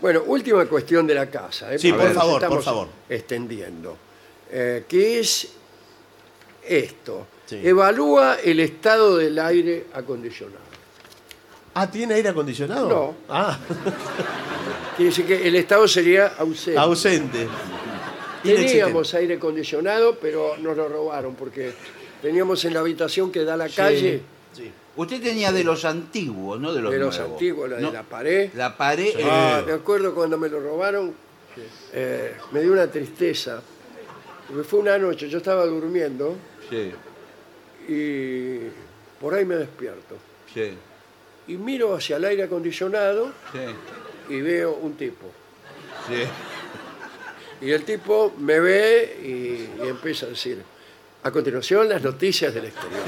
Speaker 1: bueno, última cuestión de la casa. ¿eh?
Speaker 2: Sí,
Speaker 1: Porque
Speaker 4: por
Speaker 1: nos
Speaker 2: favor, por
Speaker 1: estamos
Speaker 2: favor.
Speaker 1: Extendiendo. Eh, que es esto.
Speaker 2: Sí.
Speaker 1: Evalúa el estado del aire acondicionado.
Speaker 2: Ah, ¿tiene aire acondicionado?
Speaker 1: No.
Speaker 2: Ah,
Speaker 1: Quiere decir que el estado sería ausente.
Speaker 2: ausente.
Speaker 1: Teníamos aire acondicionado, pero nos lo robaron porque teníamos en la habitación que da a la calle.
Speaker 2: Sí.
Speaker 4: Usted tenía de los antiguos, no de los
Speaker 1: de los
Speaker 4: nuevos.
Speaker 1: antiguos, la
Speaker 4: No,
Speaker 1: de la pared.
Speaker 4: La pared.
Speaker 2: Sí.
Speaker 4: eh,
Speaker 1: Ah, me acuerdo cuando me lo robaron, eh, me dio una tristeza, Porque fue una noche, yo estaba durmiendo
Speaker 4: sí,
Speaker 1: y por ahí me despierto.
Speaker 4: sí,
Speaker 1: Y miro hacia el aire acondicionado
Speaker 4: sí,
Speaker 1: y veo un tipo.
Speaker 4: sí.
Speaker 1: Y el tipo me ve y, y empieza a decir, a continuación las noticias del exterior.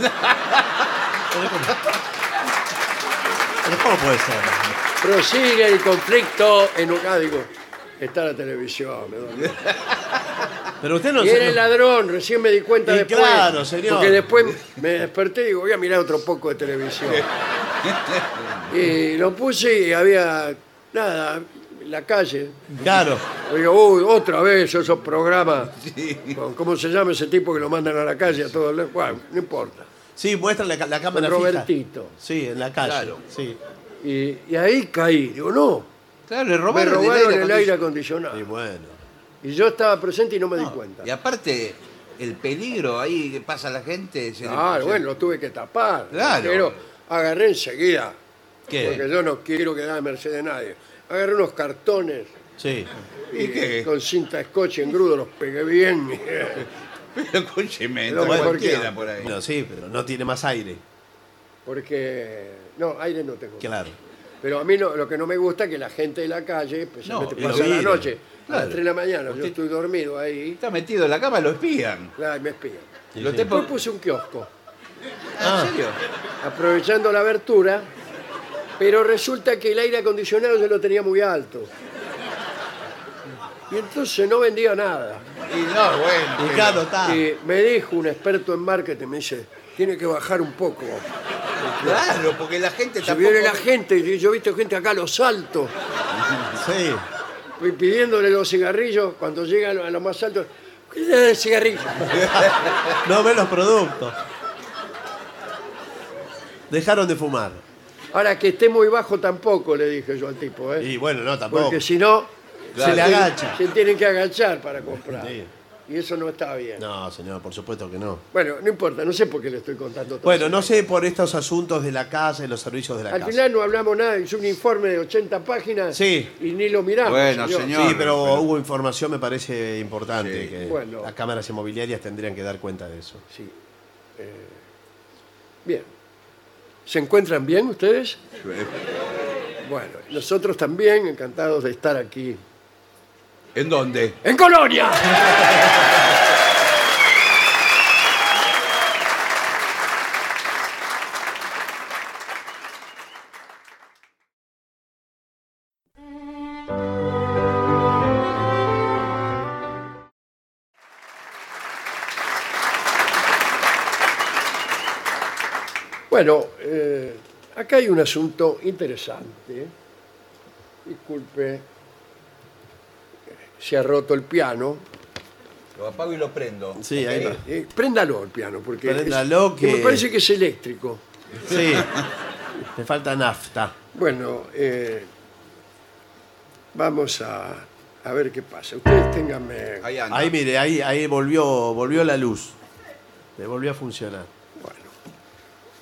Speaker 2: Pero ¿cómo puede ser?
Speaker 1: Prosigue el conflicto en Ucrania. Digo, está la televisión. me duele.
Speaker 2: Pero usted no
Speaker 1: Y
Speaker 2: se-
Speaker 1: era el ladrón, recién me di cuenta
Speaker 2: Y
Speaker 1: después.
Speaker 2: claro, señor.
Speaker 1: Porque después me desperté y digo, voy a mirar otro poco de televisión. y lo puse y había, nada, la calle.
Speaker 2: Claro.
Speaker 1: Digo, uy, otra vez esos programas. Con- ¿Cómo se llama ese tipo que lo mandan a la calle a todo el... Bueno, no importa.
Speaker 2: Sí, muestra la, ca- la cámara fija.
Speaker 1: Robertito.
Speaker 2: Sí, en la calle.
Speaker 4: Claro.
Speaker 2: Sí.
Speaker 1: Y, y ahí caí. Digo, no,
Speaker 4: Claro, le
Speaker 1: me
Speaker 4: robaron,
Speaker 1: robaron el aire
Speaker 4: acondicionado.
Speaker 1: acondicionado.
Speaker 2: Y bueno.
Speaker 1: Y yo estaba presente y no me di cuenta.
Speaker 4: Y aparte, el peligro ahí que pasa la gente. se le-
Speaker 1: Ah,
Speaker 4: se-
Speaker 1: bueno, lo tuve que tapar.
Speaker 4: Claro.
Speaker 1: Pero agarré enseguida.
Speaker 2: ¿Qué?
Speaker 1: Porque yo no quiero quedar a merced de nadie. Agarré unos cartones
Speaker 2: Sí.
Speaker 1: y con cinta scotch engrudo los pegué bien.
Speaker 4: Pero con cemento,
Speaker 1: Lo mejor que
Speaker 4: cualquiera
Speaker 1: hay.
Speaker 4: por ahí.
Speaker 2: Bueno, sí, pero no tiene más aire.
Speaker 1: Porque, no, aire no tengo.
Speaker 2: Claro.
Speaker 1: Pero a mí no- lo que no me gusta es que la gente de la calle, pues, especialmente
Speaker 4: No, y
Speaker 1: pasa
Speaker 2: lo
Speaker 1: la
Speaker 2: mire.
Speaker 1: noche, a las
Speaker 4: Claro.
Speaker 1: 3 de la mañana, yo
Speaker 4: Usted-
Speaker 1: estoy dormido ahí,
Speaker 4: Está metido en la cama, lo espían.
Speaker 1: claro, y me espían.
Speaker 4: Los
Speaker 2: sí.
Speaker 4: tipos-
Speaker 1: Después puse un kiosco,
Speaker 4: ¿En serio?
Speaker 1: aprovechando la abertura, pero resulta que el aire acondicionado yo lo tenía muy alto. Y entonces no vendía nada.
Speaker 4: Y no, bueno.
Speaker 2: Y
Speaker 4: pero-
Speaker 2: claro, está.
Speaker 1: Y me dijo un experto en marketing, me dice, tiene que bajar un poco.
Speaker 4: Claro, porque la gente
Speaker 1: Si
Speaker 4: tampoco...
Speaker 1: viene la gente, yo- yo he visto gente acá a los saltos,
Speaker 2: Sí.
Speaker 1: y pidiéndole los cigarrillos, cuando llegan a los más altos, ¿qué le da el cigarrillo?
Speaker 2: No ve los productos. Dejaron de fumar.
Speaker 1: Ahora que esté muy bajo tampoco, le dije yo al tipo, ¿eh?
Speaker 2: Y bueno, no, tampoco.
Speaker 1: Porque si no,
Speaker 2: Se le agacha.
Speaker 1: se tienen que agachar para comprar.
Speaker 2: Sí.
Speaker 1: Y eso no está bien.
Speaker 2: No, señor, por supuesto que no.
Speaker 1: Bueno, no importa, no sé por qué le estoy contando todo.
Speaker 2: Bueno, no sé por estos asuntos de la casa y los servicios de la
Speaker 1: Al
Speaker 2: casa.
Speaker 1: final no hablamos nada, es un informe de 80 páginas
Speaker 2: Sí.
Speaker 1: y ni lo miramos.
Speaker 4: Bueno,
Speaker 2: Sí,
Speaker 4: señor.
Speaker 2: pero,
Speaker 4: pero-
Speaker 2: hubo información, me parece importante.
Speaker 4: Sí.
Speaker 2: que
Speaker 1: Bueno.
Speaker 2: Las cámaras inmobiliarias tendrían que dar cuenta de eso.
Speaker 1: Sí. Eh, bien. ¿Se encuentran bien ustedes? Bueno, nosotros también encantados de estar aquí.
Speaker 4: ¿En dónde?
Speaker 1: ¡En Colonia! Bueno, eh, acá hay un asunto interesante. Disculpe, se ha roto el piano.
Speaker 4: Lo apago y lo prendo.
Speaker 2: Sí, ahí va.
Speaker 1: Eh, préndalo el piano, porque es-
Speaker 2: Préndalo, que-
Speaker 1: me parece que es eléctrico.
Speaker 2: Sí. Le falta nafta.
Speaker 1: Bueno, eh, vamos a, a ver qué pasa. Ustedes ténganme.
Speaker 4: Ahí anda.
Speaker 2: Ahí mire, ahí, ahí volvió, volvió la luz. Le volvió a funcionar.
Speaker 1: Bueno,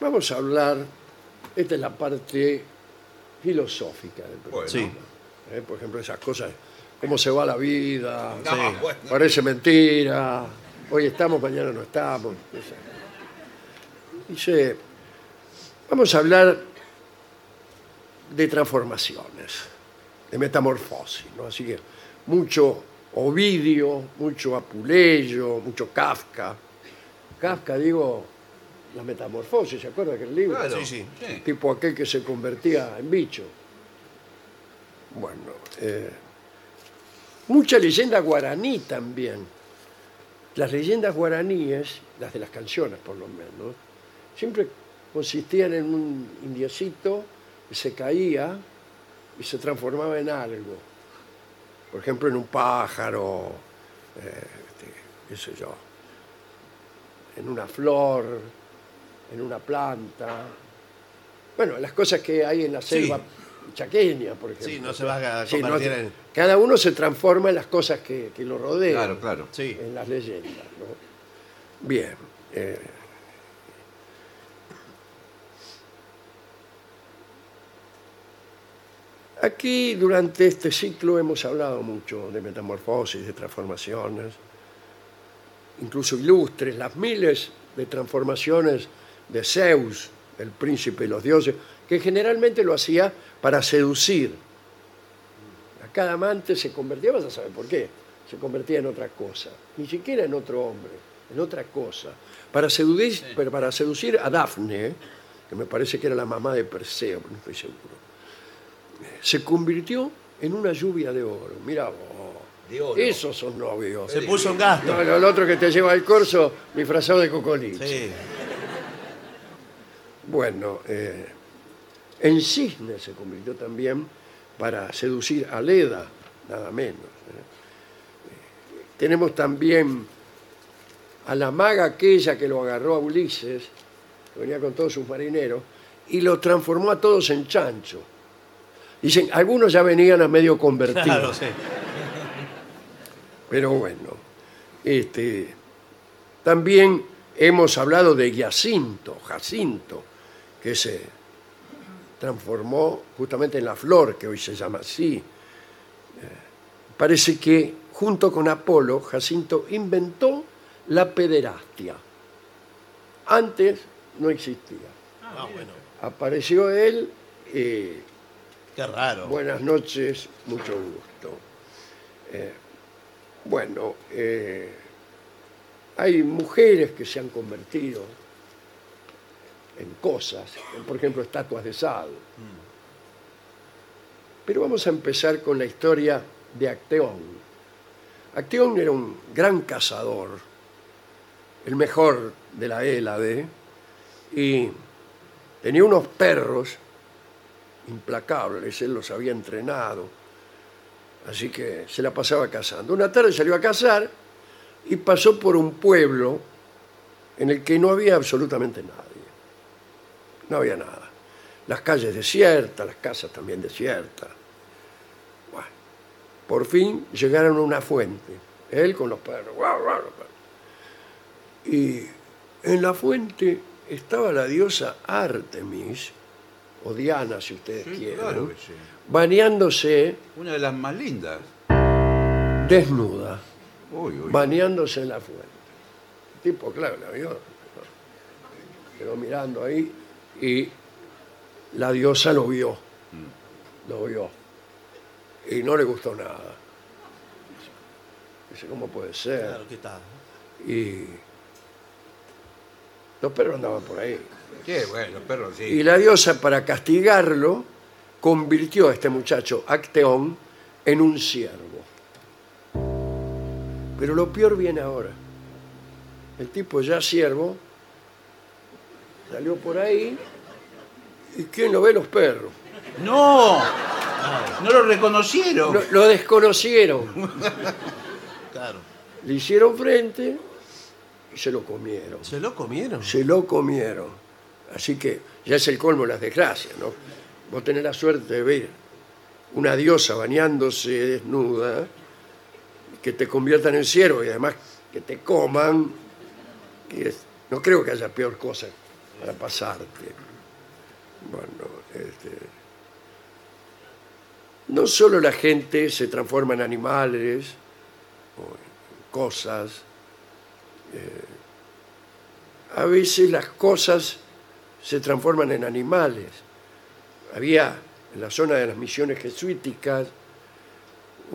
Speaker 1: vamos a hablar. Esta es la parte filosófica del programa.
Speaker 4: Bueno.
Speaker 2: Sí.
Speaker 1: Eh, por ejemplo, esas cosas, cómo se va la vida,
Speaker 4: No,
Speaker 1: Sí.
Speaker 4: bueno.
Speaker 1: parece mentira, hoy estamos, mañana no estamos. esas. Dice, vamos a hablar de transformaciones, de metamorfosis, ¿no? Así que mucho Ovidio, mucho Apuleyo, mucho Kafka. Kafka, digo, la metamorfosis, ¿se acuerda aquel libro?
Speaker 4: Claro.
Speaker 2: Sí, sí.
Speaker 1: tipo aquel que se convertía en bicho. Bueno, eh, mucha leyenda guaraní también. Las leyendas guaraníes, las de las canciones por lo menos, siempre consistían en un indiecito que se caía y se transformaba en algo. Por ejemplo, en un pájaro, eh, este, qué sé yo, en una flor, en una planta. Bueno, las cosas que hay en la selva chaqueña, por ejemplo.
Speaker 2: Sí, no se va a
Speaker 1: Sí, no,
Speaker 2: convertir en.
Speaker 1: Cada uno se transforma en las cosas que, que lo rodean,
Speaker 4: Claro, claro.
Speaker 2: Sí.
Speaker 1: en las leyendas. ¿no? Bien. eh. Aquí durante este ciclo hemos hablado mucho de metamorfosis, de transformaciones, incluso ilustres, las miles de transformaciones de Zeus, el príncipe de los dioses, que generalmente lo hacía para seducir. A cada amante se convertía, vas a saber por qué, se convertía en otra cosa, ni siquiera en otro hombre, en otra cosa. Para seducir, pero para seducir a Dafne, que me parece que era la mamá de Perseo, no estoy seguro, se convirtió en una lluvia de oro. Mira
Speaker 4: De oro.
Speaker 1: Esos son novios.
Speaker 2: Se puso en gasto.
Speaker 1: No, el otro que te lleva al corso disfrazado de cocoliche.
Speaker 2: Sí.
Speaker 1: Bueno, eh, en cisne se convirtió también para seducir a Leda, nada menos. ¿eh? Tenemos también a la maga aquella que lo agarró a Ulises, que venía con todos sus marineros, y lo transformó a todos en chancho. Dicen, algunos ya venían a medio convertidos.
Speaker 2: Claro, sí.
Speaker 1: Pero bueno, este, también hemos hablado de Jacinto, Jacinto, que se transformó justamente en la flor, que hoy se llama así. Eh, Parece que junto con Apolo, Jacinto inventó la pederastia. Antes no existía.
Speaker 2: Ah, bueno.
Speaker 1: Apareció él. eh,
Speaker 2: Qué raro.
Speaker 1: Buenas noches, mucho gusto. Eh, bueno, eh, hay mujeres que se han convertido en cosas, en, por ejemplo, estatuas de sal. Pero vamos a empezar con la historia de Acteón. Acteón era un gran cazador, el mejor de la Hélade, y tenía unos perros implacables, él los había entrenado. Así que se la pasaba cazando. Una tarde salió a cazar y pasó por un pueblo en el que no había absolutamente nadie. No había nada. Las calles desiertas, las casas también desiertas. Bueno, por fin llegaron a una fuente. Él con los perros. guau, guau, los perros. Y en la fuente estaba la diosa Artemis, o Diana, si ustedes quieren,
Speaker 4: claro que sí.
Speaker 1: bañándose
Speaker 4: Una de las más lindas.
Speaker 1: desnuda,
Speaker 4: Uy, uy.
Speaker 1: bañándose en la fuente. El tipo, claro, la vio. Quedó mirando ahí y la diosa lo vio. Lo vio. Y no le gustó nada. Dice, ¿cómo puede ser?
Speaker 2: Claro, ¿qué tal?
Speaker 1: Y los perros andaban por ahí.
Speaker 4: Sí, bueno, los perros sí.
Speaker 1: Y la diosa, para castigarlo, convirtió a este muchacho, Acteón, en un siervo. Pero lo peor viene ahora. El tipo ya siervo salió por ahí y ¿quién lo ve? Los perros.
Speaker 4: ¡No! No lo reconocieron.
Speaker 1: Lo, lo desconocieron,
Speaker 2: Claro.
Speaker 1: le hicieron frente y se lo comieron.
Speaker 2: ¿Se lo comieron?
Speaker 1: se lo comieron. Así que ya es el colmo de las desgracias, ¿no? Vos tenés la suerte de ver una diosa bañándose desnuda, que te conviertan en siervo y además que te coman. que es- no creo que haya peor cosa para pasarte. Bueno, este, no solo la gente se transforma en animales o en cosas, a veces las cosas se transforman en animales. Había en la zona de las misiones jesuíticas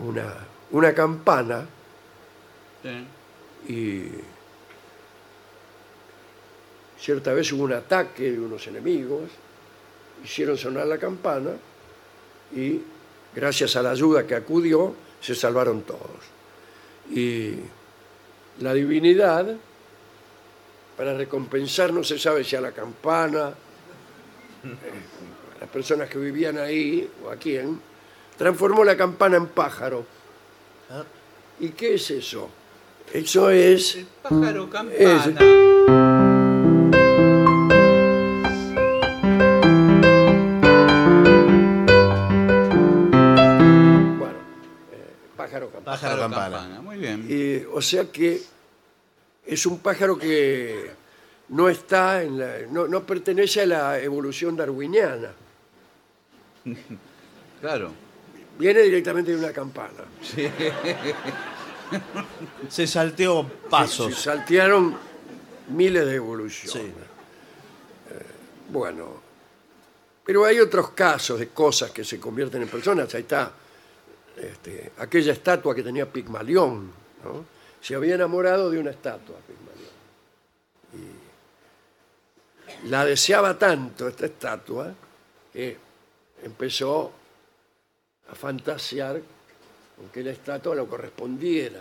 Speaker 1: una, una campana
Speaker 4: Sí.
Speaker 1: y cierta vez hubo un ataque de unos enemigos, hicieron sonar la campana y gracias a la ayuda que acudió se salvaron todos. Y la divinidad, para recompensar, no se sabe si a la campana, eh, a las personas que vivían ahí o a quién, transformó la campana en pájaro.
Speaker 2: Ah.
Speaker 1: ¿Y qué es eso? Eso es
Speaker 4: Pájaro campana.
Speaker 1: Bueno, eh, pájaro campana.
Speaker 2: Pájaro campana.
Speaker 4: Muy bien.
Speaker 1: Eh, o sea que es un pájaro que no está en la- no, no pertenece a la evolución darwiniana.
Speaker 4: Claro.
Speaker 1: Viene directamente de una campana.
Speaker 2: Se salteó pasos.
Speaker 1: Se saltearon miles de evoluciones. Eh,
Speaker 2: Sí.
Speaker 1: Bueno, pero hay otros casos de cosas que se convierten en personas. Ahí está este, aquella estatua que tenía Pigmalión. ¿no? Se había enamorado de una estatua, Pigmalión. Y la deseaba tanto esta estatua que empezó a fantasear con que la estatua lo correspondiera.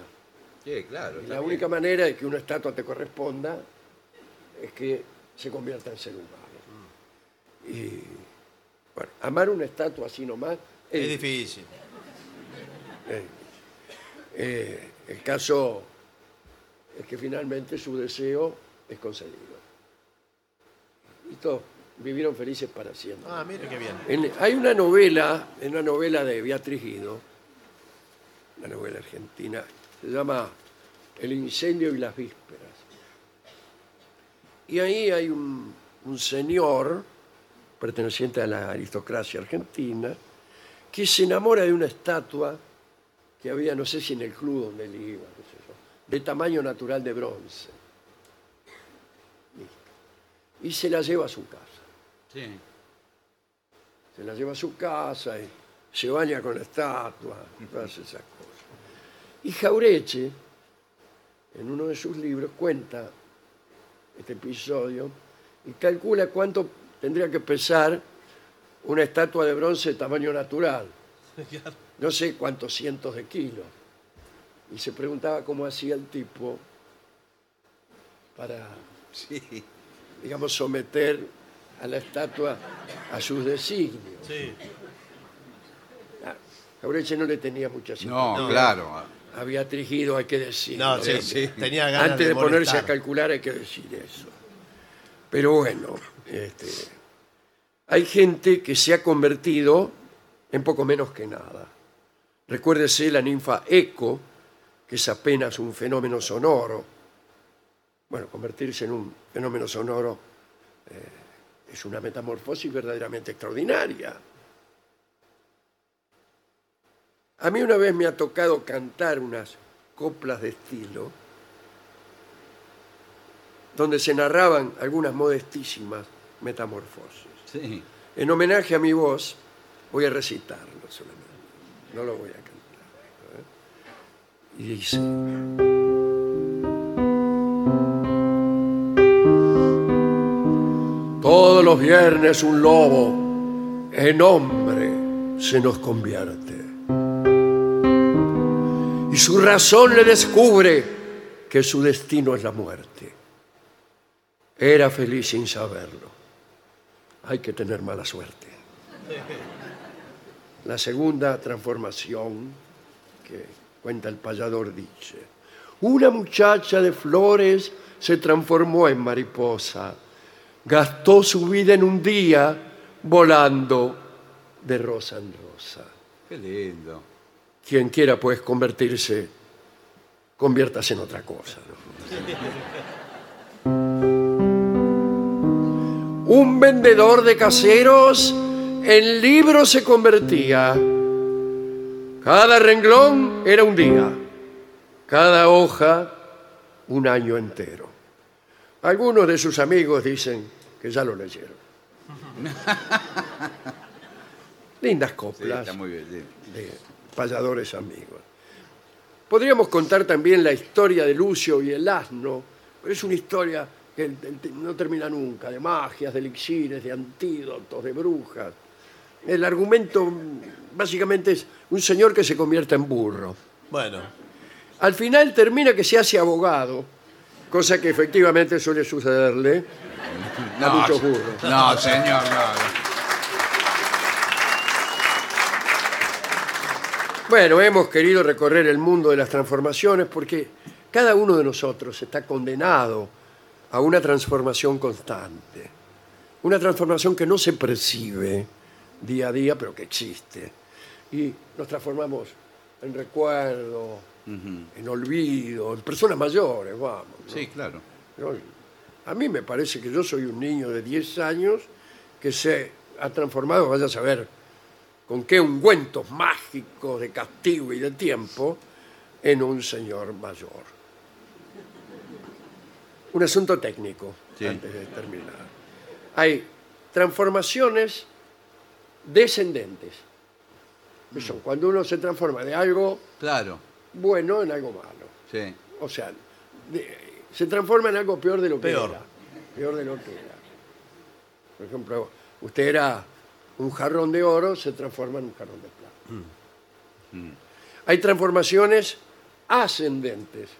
Speaker 4: Sí, claro.
Speaker 1: Y
Speaker 4: está
Speaker 1: la
Speaker 4: bien.
Speaker 1: única manera de que una estatua te corresponda es que se convierta en ser humano. Y bueno, amar una estatua así nomás es
Speaker 2: Es difícil.
Speaker 1: eh, el caso es que finalmente su deseo es concedido. Y todos vivieron felices para siempre.
Speaker 2: Ah, mire qué bien.
Speaker 1: En- hay una novela, en una novela de Beatriz Guido, una novela argentina, se llama El incendio y las vísperas. Y ahí hay un, un señor, perteneciente a la aristocracia argentina, que se enamora de una estatua que había, no sé si en el club donde él iba, qué sé yo, de tamaño natural de bronce. Listo. Y se la lleva a su casa
Speaker 4: Sí.
Speaker 1: se la lleva a su casa y se baña con la estatua, todas esas cosas. Y Jaureche, en uno de sus libros, cuenta este episodio y calcula cuánto tendría que pesar una estatua de bronce de tamaño natural. No sé cuántos cientos de kilos. Y se preguntaba cómo hacía el tipo para
Speaker 4: Sí.
Speaker 1: digamos, someter a la estatua a sus designios.
Speaker 2: Sí.
Speaker 1: Jaureche no le tenía mucha simpatía.
Speaker 4: No, claro.
Speaker 1: Había trigido, hay que decir.
Speaker 2: No, sí,
Speaker 4: sí.
Speaker 2: Tenía ganas
Speaker 1: Antes de, ponerse
Speaker 2: molestar.
Speaker 1: a calcular hay que decir eso. Pero bueno, este, hay gente que se ha convertido en poco menos que nada. Recuérdese la ninfa Eco, que es apenas un fenómeno sonoro. Bueno, convertirse en un fenómeno sonoro eh, es una metamorfosis verdaderamente extraordinaria. A mí una vez me ha tocado cantar unas coplas de estilo donde se narraban algunas modestísimas metamorfosis.
Speaker 4: Sí.
Speaker 1: En homenaje a mi voz, voy a recitarlo solamente. No lo voy a cantar. ¿eh? Y dice... Todos los viernes un lobo en hombre se nos convierte. Y su razón le descubre que su destino es la muerte. Era feliz sin saberlo. Hay que tener mala suerte. La segunda transformación que cuenta el payador dice, una muchacha de flores se transformó en mariposa, gastó su vida en un día volando de rosa en rosa.
Speaker 4: Qué lindo.
Speaker 1: Quien quiera pues convertirse, conviértase en otra cosa. ¿no? un vendedor de caseros en libro se convertía. Cada renglón era un día, cada hoja un año entero. Algunos de sus amigos dicen que ya lo leyeron. Lindas
Speaker 4: Sí,
Speaker 1: coplas
Speaker 4: está muy bien. sí.
Speaker 1: de payadores amigos. Podríamos contar también la historia de Lucio y el asno, pero es una historia que el- el- no termina nunca, de magias, de elixires, de antídotos, de brujas. El argumento mm, básicamente es un señor que se convierte en burro.
Speaker 2: Bueno,
Speaker 1: Al final termina que se hace abogado, cosa que efectivamente suele sucederle. A muchos burros.
Speaker 4: No, señor, no.
Speaker 1: Bueno, hemos querido recorrer el mundo de las transformaciones porque cada uno de nosotros está condenado a una transformación constante, una transformación que no se percibe día a día, pero que existe. Y nos transformamos en recuerdo, en olvido, en personas mayores, vamos. ¿no?
Speaker 4: Sí, claro.
Speaker 1: Yo- a mí me parece que yo soy un niño de 10 años que se ha transformado, vaya a saber con qué ungüentos mágicos de castigo y de tiempo, en un señor mayor. Un asunto técnico,
Speaker 4: Sí.
Speaker 1: antes de terminar. Hay transformaciones descendentes, que son cuando uno se transforma de algo
Speaker 4: Claro,
Speaker 1: bueno en algo malo.
Speaker 4: sí.
Speaker 1: O sea, de- se transforma en algo peor de lo
Speaker 2: Peor.
Speaker 1: que era. Peor de lo que era. Por ejemplo, usted era un jarrón de oro, se transforma en un jarrón de plata.
Speaker 4: Mm.
Speaker 1: Hay transformaciones ascendentes.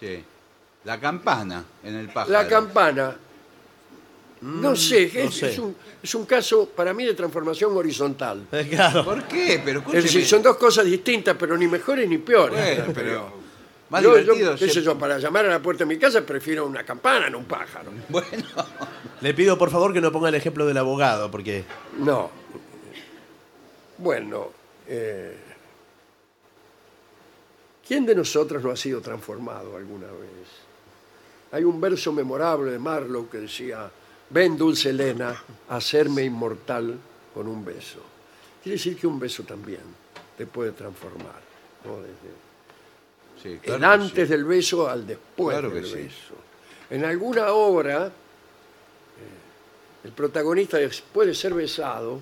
Speaker 4: Sí. La campana en el pájaro.
Speaker 1: La campana.
Speaker 4: Mm,
Speaker 1: No sé, es,
Speaker 2: no sé.
Speaker 1: es un, es un caso para mí de transformación horizontal.
Speaker 2: Eh, Claro.
Speaker 4: ¿Por qué? Pero
Speaker 1: Es decir,
Speaker 4: escúcheme.
Speaker 1: son dos cosas distintas, pero ni mejores ni peores.
Speaker 4: Bueno, pero más
Speaker 1: Yo- yo,
Speaker 4: divertido.
Speaker 1: qué
Speaker 4: se-
Speaker 1: sé yo, para llamar a la puerta de mi casa prefiero una campana, no un pájaro.
Speaker 4: Bueno,
Speaker 2: Le pido por favor que no ponga el ejemplo del abogado, porque
Speaker 1: No. Bueno, eh, ¿quién de nosotros no ha sido transformado alguna vez? Hay un verso memorable de Marlowe que decía, ven dulce Elena, a hacerme inmortal con un beso. Quiere decir que un beso también te puede transformar. ¿no? Desde-
Speaker 4: sí, claro
Speaker 1: el
Speaker 4: que
Speaker 1: antes
Speaker 4: sí.
Speaker 1: del beso al después
Speaker 4: Claro
Speaker 1: del
Speaker 4: que sí.
Speaker 1: beso. En alguna obra, eh, el protagonista después de ser besado,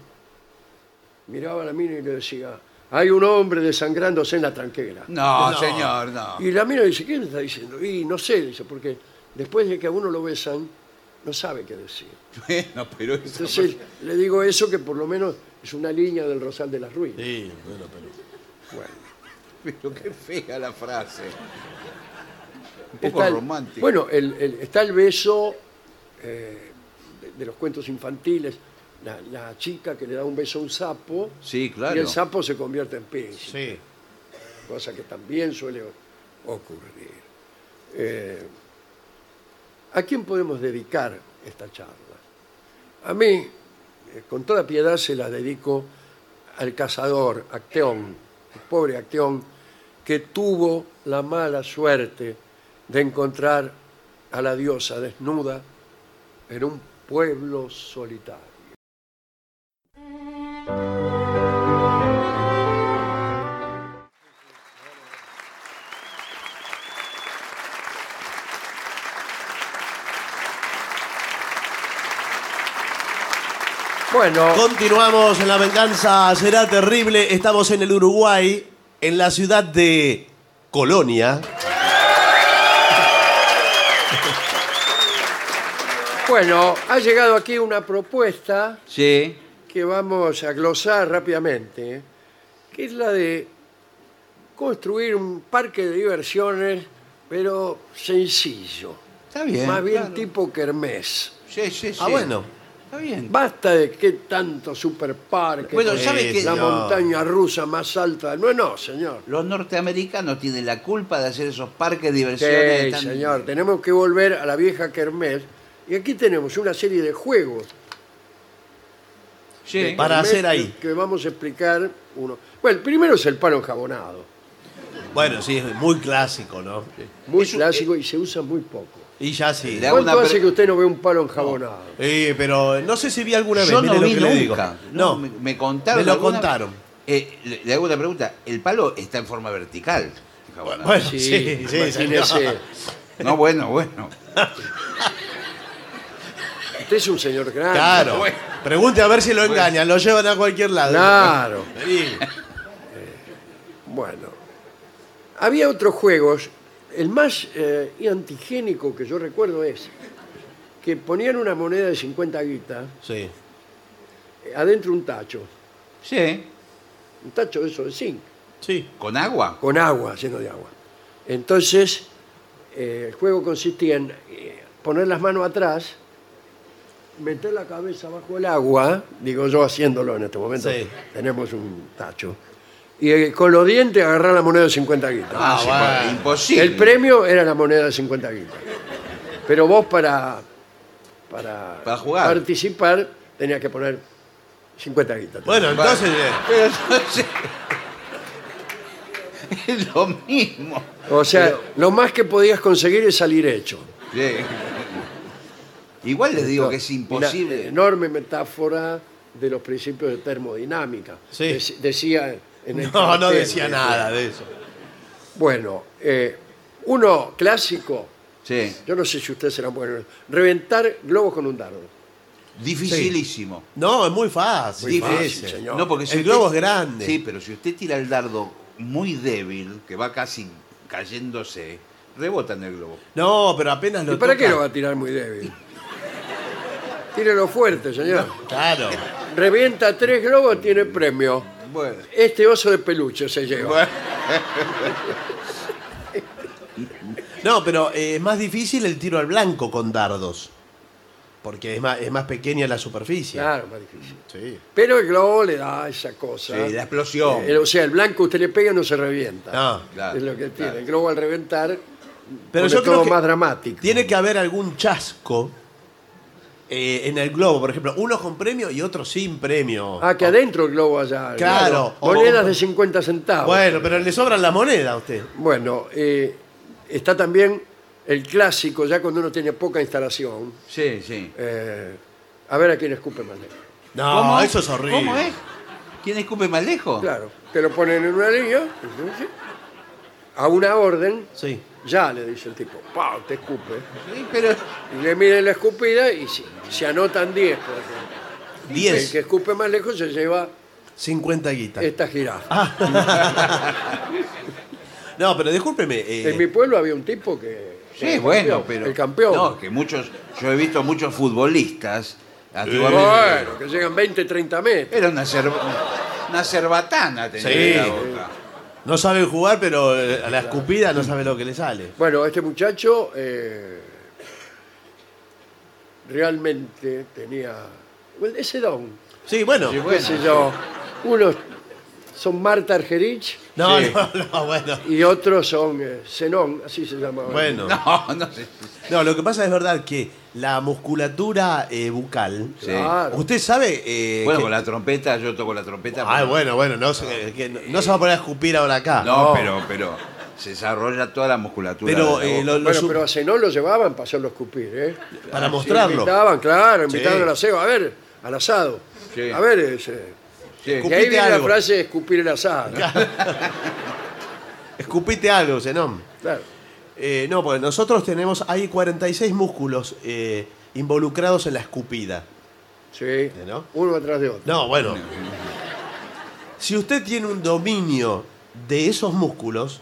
Speaker 1: miraba a la mina y le decía, hay un hombre desangrándose en la tranquera.
Speaker 4: No,
Speaker 2: No.
Speaker 4: señor, no.
Speaker 1: Y la mina dice, ¿qué le está diciendo? Y no sé, dice, porque después de que a uno lo besan, no sabe qué decir.
Speaker 4: Bueno, pero eso.
Speaker 1: Entonces
Speaker 4: pues
Speaker 1: le digo eso que por lo menos es una línea del Rosal de las Ruinas.
Speaker 2: sí, bueno, pero
Speaker 1: Bueno.
Speaker 4: Pero qué fea la frase. Un poco
Speaker 1: Está el-
Speaker 4: romántico.
Speaker 1: Bueno, el- el- está el beso eh, de, de los cuentos infantiles, la, la chica que le da un beso a un sapo
Speaker 4: sí,
Speaker 1: y
Speaker 4: claro.
Speaker 1: el sapo se convierte en pez,
Speaker 2: sí.
Speaker 1: cosa que también suele ocurrir. Eh, ¿A quién podemos dedicar esta charla? A mí, eh, con toda piedad, se la dedico al cazador, Acteón, el pobre Acteón, que tuvo la mala suerte de encontrar a la diosa desnuda en un pueblo solitario. Bueno,
Speaker 2: Continuamos en La Venganza Será Terrible. Estamos en el Uruguay, en la ciudad de Colonia.
Speaker 1: bueno, ha llegado aquí una propuesta
Speaker 4: Sí.
Speaker 1: que vamos a glosar rápidamente, ¿eh? que es la de construir un parque de diversiones, pero sencillo,
Speaker 4: Está bien.
Speaker 1: más bien
Speaker 4: claro.
Speaker 1: tipo kermés.
Speaker 4: Sí, sí, sí.
Speaker 2: Ah, bueno.
Speaker 4: Está bien.
Speaker 1: Basta de qué tanto superparque,
Speaker 4: Bueno,
Speaker 1: con la
Speaker 4: ¿sabe qué?
Speaker 2: no.
Speaker 1: montaña rusa más alta. No, no, señor.
Speaker 4: Los norteamericanos tienen la culpa de hacer esos parques de
Speaker 1: Sí,
Speaker 4: diversiones. tan-
Speaker 1: señor, tenemos que volver a la vieja kermés. Y aquí tenemos una serie de juegos
Speaker 4: Sí.
Speaker 2: Para
Speaker 1: kermés
Speaker 2: hacer ahí.
Speaker 1: que, que vamos a explicar uno. Bueno, el primero es el palo enjabonado,
Speaker 2: Bueno, sí, es muy clásico, ¿no?
Speaker 1: muy
Speaker 4: Es un-
Speaker 1: clásico y se usa muy poco.
Speaker 2: Y ya sí.
Speaker 4: Le hago
Speaker 1: ¿Cuánto
Speaker 4: una
Speaker 1: hace
Speaker 4: pre-
Speaker 1: que usted no ve un palo enjabonado?
Speaker 2: Eh, pero no sé si vi alguna vez.
Speaker 4: Yo
Speaker 2: mire
Speaker 4: no
Speaker 2: lo
Speaker 4: vi
Speaker 2: que le digo.
Speaker 4: nunca.
Speaker 2: No,
Speaker 4: me, me contaron.
Speaker 2: me lo
Speaker 4: alguna-
Speaker 2: contaron.
Speaker 4: Eh, le, le hago una pregunta. El palo está en forma vertical. enjabonado.
Speaker 2: Bueno, sí, sí,
Speaker 1: imagínese.
Speaker 2: señor.
Speaker 4: No, bueno, bueno.
Speaker 1: Usted es un señor grande.
Speaker 2: Claro. Pregunte a ver si lo engañan, lo llevan a cualquier lado.
Speaker 1: Claro.
Speaker 2: Sí.
Speaker 1: Bueno. Había otros juegos. El más eh, antigénico que yo recuerdo es que ponían una moneda de 50 guitas
Speaker 2: Sí.
Speaker 1: eh, adentro un tacho.
Speaker 4: Sí.
Speaker 1: Un tacho de eso de zinc.
Speaker 2: Sí.
Speaker 4: ¿Con agua?
Speaker 1: con agua, lleno de agua. Entonces, eh, el juego consistía en eh, poner las manos atrás, meter la cabeza bajo el agua, digo yo haciéndolo en este momento,
Speaker 2: Sí.
Speaker 1: tenemos un tacho, y eh, con los dientes agarrar la moneda de 50 guitas.
Speaker 4: Ah, sí,
Speaker 2: bueno.
Speaker 4: pues, Imposible.
Speaker 1: El premio era la moneda de 50 guitas. Pero vos para, para,
Speaker 4: Para jugar.
Speaker 1: participar tenías que poner 50 guitas.
Speaker 2: Bueno, entonces. eh,
Speaker 4: Pero entonces- Es lo mismo.
Speaker 1: o sea, lo más que podías conseguir es salir hecho.
Speaker 4: Sí. Igual les digo que es
Speaker 1: Una
Speaker 2: eh,
Speaker 4: imposible.
Speaker 1: enorme metáfora de los principios de termodinámica.
Speaker 2: Sí.
Speaker 1: Dec- decía en el
Speaker 2: No, no
Speaker 1: cartel, eh,
Speaker 2: decía nada de eso.
Speaker 1: Bueno, eh, uno clásico,
Speaker 4: Sí.
Speaker 1: yo no sé si ustedes serán buenos, reventar globos con un dardo.
Speaker 4: Dificilísimo.
Speaker 2: No, es muy fácil.
Speaker 1: Muy fácil,
Speaker 2: ese.
Speaker 1: señor.
Speaker 4: No, porque
Speaker 2: El
Speaker 4: usted-
Speaker 2: globo es grande.
Speaker 4: Sí, pero si usted tira el dardo muy débil, que va casi cayéndose, rebota en el globo.
Speaker 2: No, pero apenas lo
Speaker 1: ¿Y para
Speaker 2: toca-
Speaker 1: qué lo va a tirar muy débil? Tírelo fuerte, señor.
Speaker 2: Claro.
Speaker 1: Revienta tres globos, tiene premio.
Speaker 4: Bueno.
Speaker 1: Este oso de peluche se lleva.
Speaker 2: No, pero eh, es más difícil el tiro al blanco con dardos. Porque es más, es más pequeña la superficie.
Speaker 1: Claro, más difícil.
Speaker 2: Sí.
Speaker 1: Pero el globo le da esa cosa.
Speaker 4: Sí, la explosión.
Speaker 1: Ah. Eh, o sea, el blanco usted le pega y no se revienta.
Speaker 2: No.
Speaker 4: Claro,
Speaker 1: es lo que tiene.
Speaker 4: claro.
Speaker 1: El globo al reventar
Speaker 2: Ah, Pero
Speaker 1: pone
Speaker 2: yo creo
Speaker 1: todo
Speaker 2: que
Speaker 1: más dramático.
Speaker 2: tiene que haber algún chasco eh, en el globo. Por ejemplo, uno con premio y otro sin premio.
Speaker 1: Ah, que adentro el globo allá.
Speaker 2: Oh. Claro. O-
Speaker 1: Monedas de 50 centavos.
Speaker 2: bueno, pero le sobran la moneda a usted.
Speaker 1: Bueno, eh, está también el clásico, ya cuando uno tiene poca instalación.
Speaker 4: Sí, sí.
Speaker 1: eh, a ver a quién escupe más lejos.
Speaker 2: No, Ah, eso es horrible.
Speaker 4: ¿Cómo es? ¿Quién escupe más
Speaker 2: Oh.
Speaker 4: lejos?
Speaker 1: Claro, que lo ponen en una línea, a una orden,
Speaker 2: Sí.
Speaker 1: ya le dice el tipo, ¡pau! Te escupe.
Speaker 4: Sí, pero
Speaker 1: Y le miden la escupida y se, se anotan 10. por ejemplo. El
Speaker 2: 10.
Speaker 1: que Eh. escupe más lejos se lleva
Speaker 2: 50 guitas.
Speaker 1: esta jirafa.
Speaker 4: Ah,
Speaker 2: No, pero discúlpeme. eh,
Speaker 1: En mi pueblo había un tipo que. era
Speaker 4: sí,
Speaker 1: el
Speaker 4: bueno,
Speaker 1: campeón,
Speaker 4: pero
Speaker 1: El campeón.
Speaker 4: No, que muchos yo he visto muchos futbolistas antiguamente
Speaker 1: bueno, que llegan 20, 30 metros.
Speaker 4: era una cerba- una cerbatana tenía
Speaker 2: Sí.
Speaker 4: en la boca.
Speaker 2: No saben jugar, pero eh, a la escupida no sabe lo que le sale.
Speaker 1: Bueno, este muchacho eh, realmente tenía bueno, ese don.
Speaker 2: Sí, bueno.
Speaker 4: Sí, bueno.
Speaker 1: qué sé yo, unos son Marta Argerich
Speaker 2: No,
Speaker 4: Sí.
Speaker 2: no, no, bueno.
Speaker 1: y otros son eh, Zenón, así se llamaba.
Speaker 2: Bueno. No.
Speaker 4: No, no sé.
Speaker 2: lo que pasa es verdad que la musculatura eh, bucal.
Speaker 4: Sí.
Speaker 1: Claro.
Speaker 2: Usted sabe. eh,
Speaker 4: Bueno,
Speaker 2: que-
Speaker 4: con la trompeta, yo toco la trompeta.
Speaker 2: Ah,
Speaker 4: pero-
Speaker 2: bueno, bueno, no, se- que no- no se va a poner a escupir ahora acá.
Speaker 4: No, pero, pero se desarrolla toda la musculatura.
Speaker 2: Pero,
Speaker 4: de la
Speaker 2: eh,
Speaker 4: boca.
Speaker 2: lo- lo
Speaker 1: Bueno,
Speaker 2: su-
Speaker 1: pero a Zenón lo llevaban para hacerlo escupir, ¿eh?
Speaker 2: para
Speaker 1: Sí,
Speaker 2: mostrarlo.
Speaker 1: invitaban, claro, invitaban
Speaker 2: Sí.
Speaker 1: al aseo, a ver, al asado.
Speaker 4: Sí.
Speaker 1: A ver, ese.
Speaker 4: Sí.
Speaker 1: Y ahí
Speaker 2: Escupite
Speaker 1: viene la
Speaker 2: algo.
Speaker 1: frase escupir el asado.
Speaker 2: Escupite algo, Zenón.
Speaker 1: Claro.
Speaker 2: Eh, no, porque nosotros tenemos. Hay 46 músculos eh, involucrados en la escupida.
Speaker 1: Sí.
Speaker 2: ¿Eh, ¿No?
Speaker 1: Uno atrás de otro.
Speaker 2: No, bueno. Si usted tiene un dominio de esos músculos,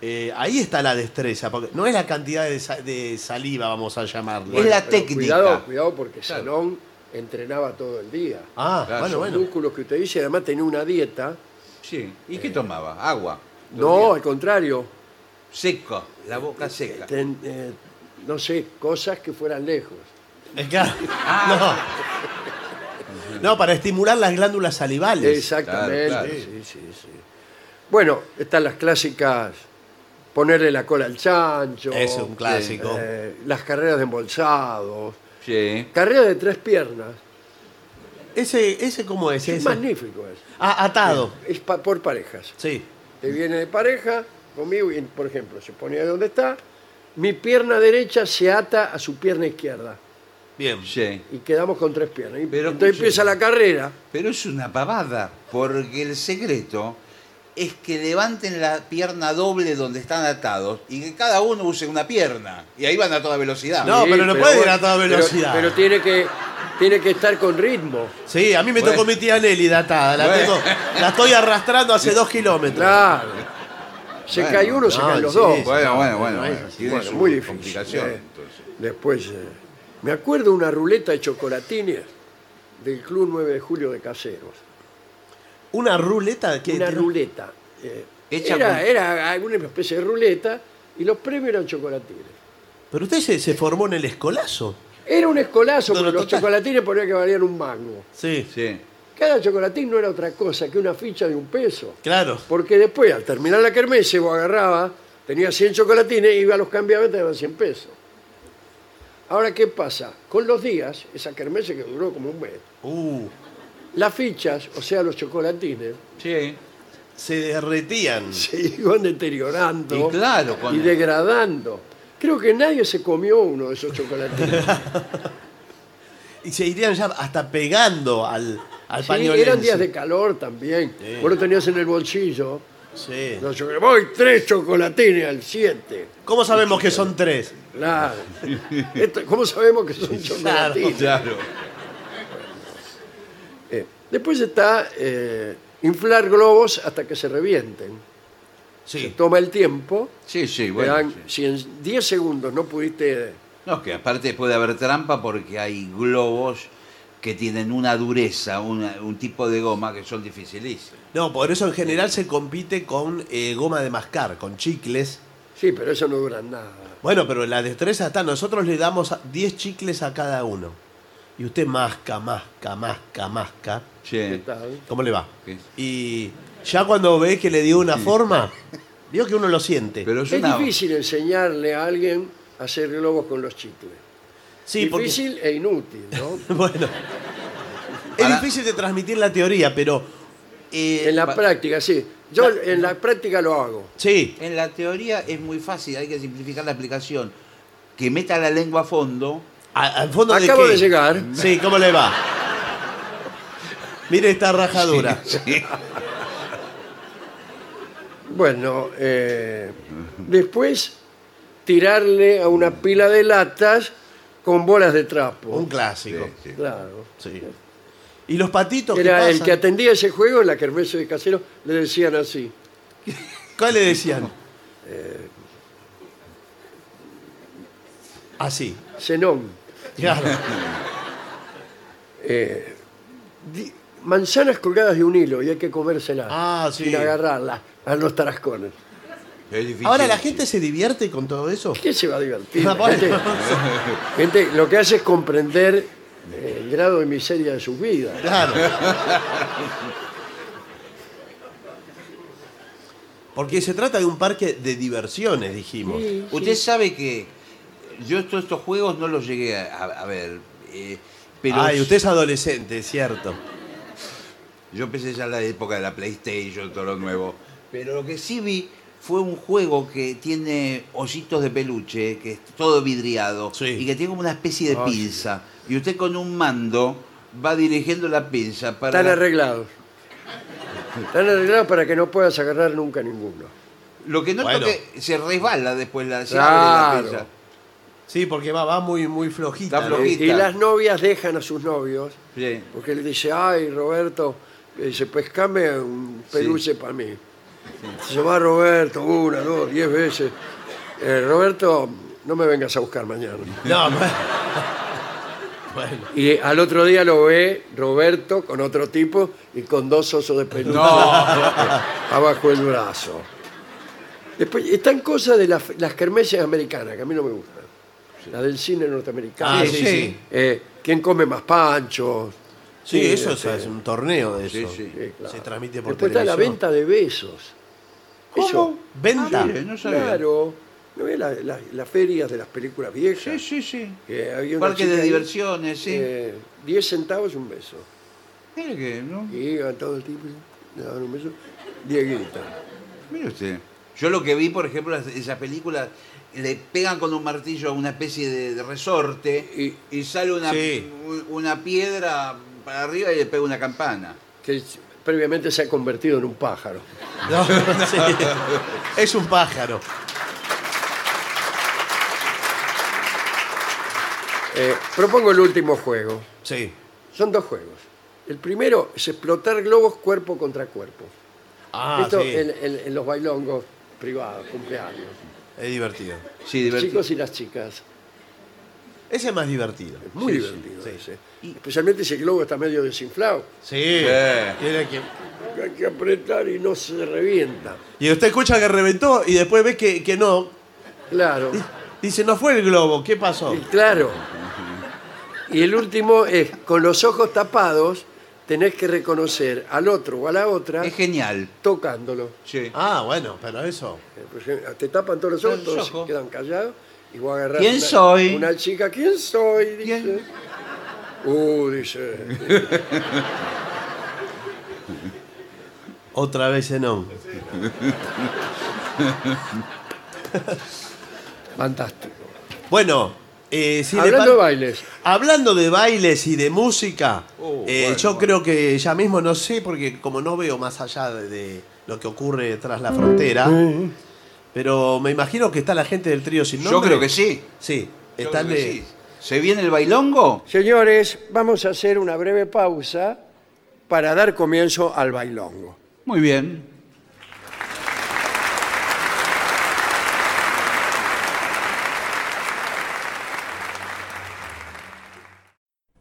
Speaker 2: eh, ahí está la destreza, porque no es la cantidad de, sa- de saliva, vamos a llamarlo.
Speaker 4: Es la
Speaker 1: Pero
Speaker 4: técnica.
Speaker 1: Cuidado, cuidado, porque Zenón entrenaba todo el día.
Speaker 2: Ah,
Speaker 4: Claro,
Speaker 2: bueno,
Speaker 1: Los
Speaker 2: bueno.
Speaker 1: músculos que usted dice, además tenía una dieta.
Speaker 4: Sí. ¿Y qué tomaba? Agua.
Speaker 1: No, al contrario.
Speaker 4: Seco, la boca seca.
Speaker 1: ten- eh, no sé, cosas que fueran lejos.
Speaker 2: Es que- ah,
Speaker 4: Ah.
Speaker 2: no. No, para estimular las glándulas salivales.
Speaker 1: Exactamente.
Speaker 4: claro.
Speaker 1: sí, sí, sí. Bueno, están las clásicas, ponerle la cola al chancho.
Speaker 2: Es un clásico.
Speaker 1: eh, las carreras de embolsados.
Speaker 4: Sí.
Speaker 1: Carreras de tres piernas.
Speaker 2: Ese, ese cómo es,
Speaker 1: Es
Speaker 2: ese?
Speaker 1: magnífico eso.
Speaker 2: Ah, atado.
Speaker 1: Es pa- por parejas.
Speaker 2: Sí.
Speaker 1: Te viene de pareja conmigo y, por ejemplo, se ponía donde está. Mi pierna derecha se ata a su pierna izquierda
Speaker 2: Bien.
Speaker 4: Sí.
Speaker 1: y quedamos con tres piernas. Y-
Speaker 4: Pero
Speaker 1: Entonces
Speaker 4: escuche.
Speaker 1: empieza la carrera.
Speaker 4: Pero es una pavada, porque el secreto es que levanten la pierna doble donde están atados y que cada uno use una pierna. Y ahí van a toda velocidad.
Speaker 2: No, pero no puede ir a toda
Speaker 1: pero-
Speaker 2: velocidad.
Speaker 1: Pero, tiene, que, tiene que estar con ritmo.
Speaker 2: Sí, a mí me tocó
Speaker 4: Bueno.
Speaker 2: mi tía Nelly de atada. La,
Speaker 4: Bueno.
Speaker 2: tengo- la estoy arrastrando hace dos kilómetros.
Speaker 1: Claro. Se
Speaker 4: Bueno,
Speaker 1: cae uno, se
Speaker 2: no,
Speaker 1: caen los
Speaker 2: sí,
Speaker 1: dos.
Speaker 2: sí.
Speaker 4: Bueno, bueno, bueno.
Speaker 2: No es
Speaker 4: bueno.
Speaker 2: así.
Speaker 4: Tiene
Speaker 1: Bueno,
Speaker 4: su
Speaker 1: muy difícil.
Speaker 4: complicación,
Speaker 1: eh.
Speaker 4: entonces.
Speaker 1: Después, eh, me acuerdo una ruleta de chocolatines del Club 9 de Julio de Caseros.
Speaker 2: Una ruleta que
Speaker 1: Una
Speaker 2: tira-
Speaker 1: ruleta. eh,
Speaker 4: Hecha
Speaker 1: era,
Speaker 4: con-
Speaker 1: era alguna especie de ruleta y los premios eran chocolatines.
Speaker 2: Pero usted se, se formó en el escolazo.
Speaker 1: Era un escolazo,
Speaker 2: No,
Speaker 1: pero
Speaker 2: no,
Speaker 1: los
Speaker 2: total.
Speaker 1: chocolatines ponían que valían un mango.
Speaker 2: Sí.
Speaker 4: Sí.
Speaker 1: Cada chocolatín no era otra cosa que una ficha de un peso.
Speaker 2: Claro.
Speaker 1: Porque después, al terminar la kermesse, vos agarraba, tenía 100 chocolatines, iba a los cambiados y te daban 100 pesos. Ahora, ¿qué pasa? Con los días, esa kermesse que duró como un mes,
Speaker 2: Uh,
Speaker 1: las fichas, o sea, los chocolatines,
Speaker 4: Sí.
Speaker 2: se derretían.
Speaker 1: se iban deteriorando
Speaker 4: Y claro, cuando-
Speaker 1: y degradando. Creo que nadie se comió uno de esos chocolatines.
Speaker 2: Y se irían ya hasta pegando al, al
Speaker 1: Sí,
Speaker 2: paño
Speaker 1: eran
Speaker 2: lense.
Speaker 1: días de calor también. Vos lo tenías en el bolsillo
Speaker 2: Sí.
Speaker 1: Los choco- voy tres chocolatines al 7.
Speaker 2: ¿Cómo sabemos que son tres?
Speaker 1: Claro. Esto- ¿Cómo sabemos que son chocolatines?
Speaker 4: Claro.
Speaker 1: Eh, después está eh, inflar globos hasta que se revienten. Se
Speaker 2: Sí.
Speaker 1: toma el tiempo.
Speaker 4: Sí, sí,
Speaker 1: te
Speaker 4: bueno.
Speaker 1: dan-
Speaker 4: sí.
Speaker 1: Si en 10 segundos no pudiste...
Speaker 4: No, que aparte puede haber trampa porque hay globos que tienen una dureza, una- un tipo de goma que son dificilísimos.
Speaker 2: No, por eso en general se compite con eh, goma de mascar, con chicles.
Speaker 1: Sí, pero eso no dura nada.
Speaker 2: Bueno, pero la destreza está. Nosotros le damos a- 10 chicles a cada uno. Y usted masca, masca, masca, masca.
Speaker 1: ¿Qué
Speaker 4: Sí.
Speaker 1: tal?
Speaker 2: ¿Cómo le va?
Speaker 4: Sí.
Speaker 2: Y ya cuando ve que le dio una forma, vio que uno lo siente.
Speaker 4: Pero es,
Speaker 1: Es
Speaker 4: una-
Speaker 1: difícil enseñarle a alguien a hacer globos con los chicles.
Speaker 2: sí, porque-
Speaker 1: difícil e inútil, ¿no?
Speaker 2: Bueno. Es
Speaker 4: Para-
Speaker 2: difícil de transmitir la teoría, pero. eh,
Speaker 1: En la
Speaker 4: Pa-
Speaker 1: práctica, sí. Yo en la práctica lo hago.
Speaker 2: Sí,
Speaker 4: En la teoría es muy fácil, hay que simplificar la explicación. Que meta la lengua a fondo.
Speaker 2: a- al fondo
Speaker 1: Acabo
Speaker 2: qué?
Speaker 1: de llegar.
Speaker 2: Sí, ¿cómo le va? Mire esta rajadura.
Speaker 1: Bueno, eh, después tirarle a una pila de latas con bolas de
Speaker 2: Un
Speaker 1: trapo.
Speaker 2: clásico.
Speaker 1: Claro.
Speaker 2: Sí. ¿Y los patitos? qué
Speaker 1: Era el
Speaker 2: pasan?
Speaker 1: que atendía ese juego, en la kermesa de casero, le decían así.
Speaker 2: ¿Cuál le decían? Eh, Así.
Speaker 1: Zenón,
Speaker 2: Claro.
Speaker 1: di- manzanas colgadas de un hilo y hay que comérselas
Speaker 2: Ah, sí.
Speaker 1: sin agarrarlas a los tarascones.
Speaker 4: Es difícil.
Speaker 2: Ahora la gente se divierte con todo eso.
Speaker 1: ¿Qué se va a divertir?
Speaker 2: Ah, bueno.
Speaker 1: Gente, gente, lo que hace es comprender eh, el grado de miseria de su vida.
Speaker 2: Claro. Porque se trata de un parque de diversiones, dijimos.
Speaker 4: Usted sabe que yo todos estos juegos no los llegué a, a- a ver. eh, pero
Speaker 2: Ay, usted es adolescente, es cierto.
Speaker 4: Yo empecé ya en la época de la PlayStation, todo lo nuevo. Pero lo que sí vi fue un juego que tiene ositos de peluche, que es todo vidriado,
Speaker 2: Sí.
Speaker 4: y que tiene como una especie de
Speaker 1: Ah, sí.
Speaker 4: pinza. Y usted con un mando va dirigiendo la pinza para...
Speaker 1: Están
Speaker 4: la-
Speaker 1: arreglados. Están arreglados para que no puedas agarrar nunca ninguno.
Speaker 4: Lo que noto
Speaker 2: Bueno.
Speaker 4: que se resbala después la, se
Speaker 1: Claro.
Speaker 4: abre la pinza.
Speaker 2: Sí, porque va, va muy, muy flojita.
Speaker 4: Está
Speaker 2: ¿no?
Speaker 4: flojita.
Speaker 1: Y las novias dejan a sus novios
Speaker 4: Sí.
Speaker 1: porque él dice, ay, Roberto, eh, dice, pescame un peluche para mí. Se va Roberto una, dos, diez veces. "Eh, Roberto, no me vengas a buscar mañana.
Speaker 2: No, bueno. Bueno.
Speaker 1: Y al otro día lo ve Roberto con otro tipo y con dos osos de peluche abajo el brazo. Después, están cosas de las, las kermeses americanas, que a mí no me gustan. La del cine norteamericano.
Speaker 2: Ah, sí, sí. Sí,
Speaker 1: Eh, ¿Quién come más panchos? Sí, este,
Speaker 2: eso es,
Speaker 1: sí.
Speaker 2: es un torneo de
Speaker 4: Sí,
Speaker 2: eso.
Speaker 4: sí.
Speaker 1: Sí, claro.
Speaker 2: Se transmite por
Speaker 1: Después está la
Speaker 2: televisión.
Speaker 1: venta de besos. Eso,
Speaker 2: Venta.
Speaker 4: Ah, mire, no sabía.
Speaker 1: claro. ¿No ves la- la- las ferias de las películas viejas?
Speaker 4: Sí, sí, sí.
Speaker 1: Que había una
Speaker 4: Parque
Speaker 1: chica
Speaker 4: de
Speaker 1: ahí,
Speaker 4: diversiones, sí.
Speaker 1: eh, 10 centavos un beso.
Speaker 4: Mire que, ¿no?
Speaker 1: Y iban todo el tipo, le daban un beso. Dieguita.
Speaker 4: Mire usted. Yo lo que vi, por ejemplo, las- esas películas, le pegan con un martillo a una especie de, de resorte y, y sale una,
Speaker 2: Sí.
Speaker 4: un- una piedra para arriba y le pega una campana.
Speaker 1: que previamente se ha convertido en un pájaro.
Speaker 2: No, sí. Es un pájaro.
Speaker 1: Eh, propongo el último juego.
Speaker 2: Sí.
Speaker 1: Son dos juegos. El primero es explotar globos cuerpo contra cuerpo.
Speaker 2: Ah,
Speaker 1: Esto
Speaker 2: sí.
Speaker 1: en, en- en los bailongos privados, cumpleaños.
Speaker 2: Es divertido.
Speaker 4: Sí,
Speaker 1: Los
Speaker 4: divertido.
Speaker 1: chicos y las chicas.
Speaker 2: Ese es más divertido.
Speaker 1: Es muy
Speaker 2: Sí,
Speaker 1: divertido
Speaker 2: sí, sí.
Speaker 1: ese. Especialmente si el globo está medio desinflado.
Speaker 2: Sí.
Speaker 4: Sí.
Speaker 2: Tiene que-
Speaker 1: Hay que apretar y no se revienta.
Speaker 2: Y usted escucha que reventó y después ve que, que no.
Speaker 1: Claro.
Speaker 2: Dice, no fue el globo, ¿qué pasó?
Speaker 1: Y claro. Y el último es, con los ojos tapados, tenés que reconocer al otro o a la otra
Speaker 4: Es genial.
Speaker 1: tocándolo.
Speaker 4: Sí.
Speaker 2: Ah, bueno, pero eso.
Speaker 1: Eh, por ejemplo, Te tapan todos los ojos,
Speaker 4: Todos los
Speaker 1: todos
Speaker 4: ojos.
Speaker 1: quedan callados y vos agarrás
Speaker 4: ¿Quién
Speaker 1: una,
Speaker 4: soy?
Speaker 1: una chica, ¿quién soy? Dice.
Speaker 4: ¿Quién?
Speaker 1: Uh, dice.
Speaker 2: Otra vez no.
Speaker 1: Fantástico.
Speaker 2: Bueno, eh, si le
Speaker 1: Hablando de
Speaker 2: par-
Speaker 1: bailes,
Speaker 2: hablando de bailes y de música,
Speaker 4: Oh.
Speaker 2: Eh,
Speaker 1: bueno,
Speaker 2: yo
Speaker 1: bueno.
Speaker 2: creo que ya mismo no sé, porque como no veo más allá de, de lo que ocurre tras la frontera, pero me imagino que está la gente del trío sin
Speaker 4: Yo
Speaker 2: nombre.
Speaker 4: creo que sí.
Speaker 2: Sí,
Speaker 4: Yo
Speaker 2: está
Speaker 4: creo que
Speaker 2: de-
Speaker 4: sí. ¿Se viene el bailongo?
Speaker 1: Señores, vamos a hacer una breve pausa para dar comienzo al bailongo.
Speaker 4: Muy bien.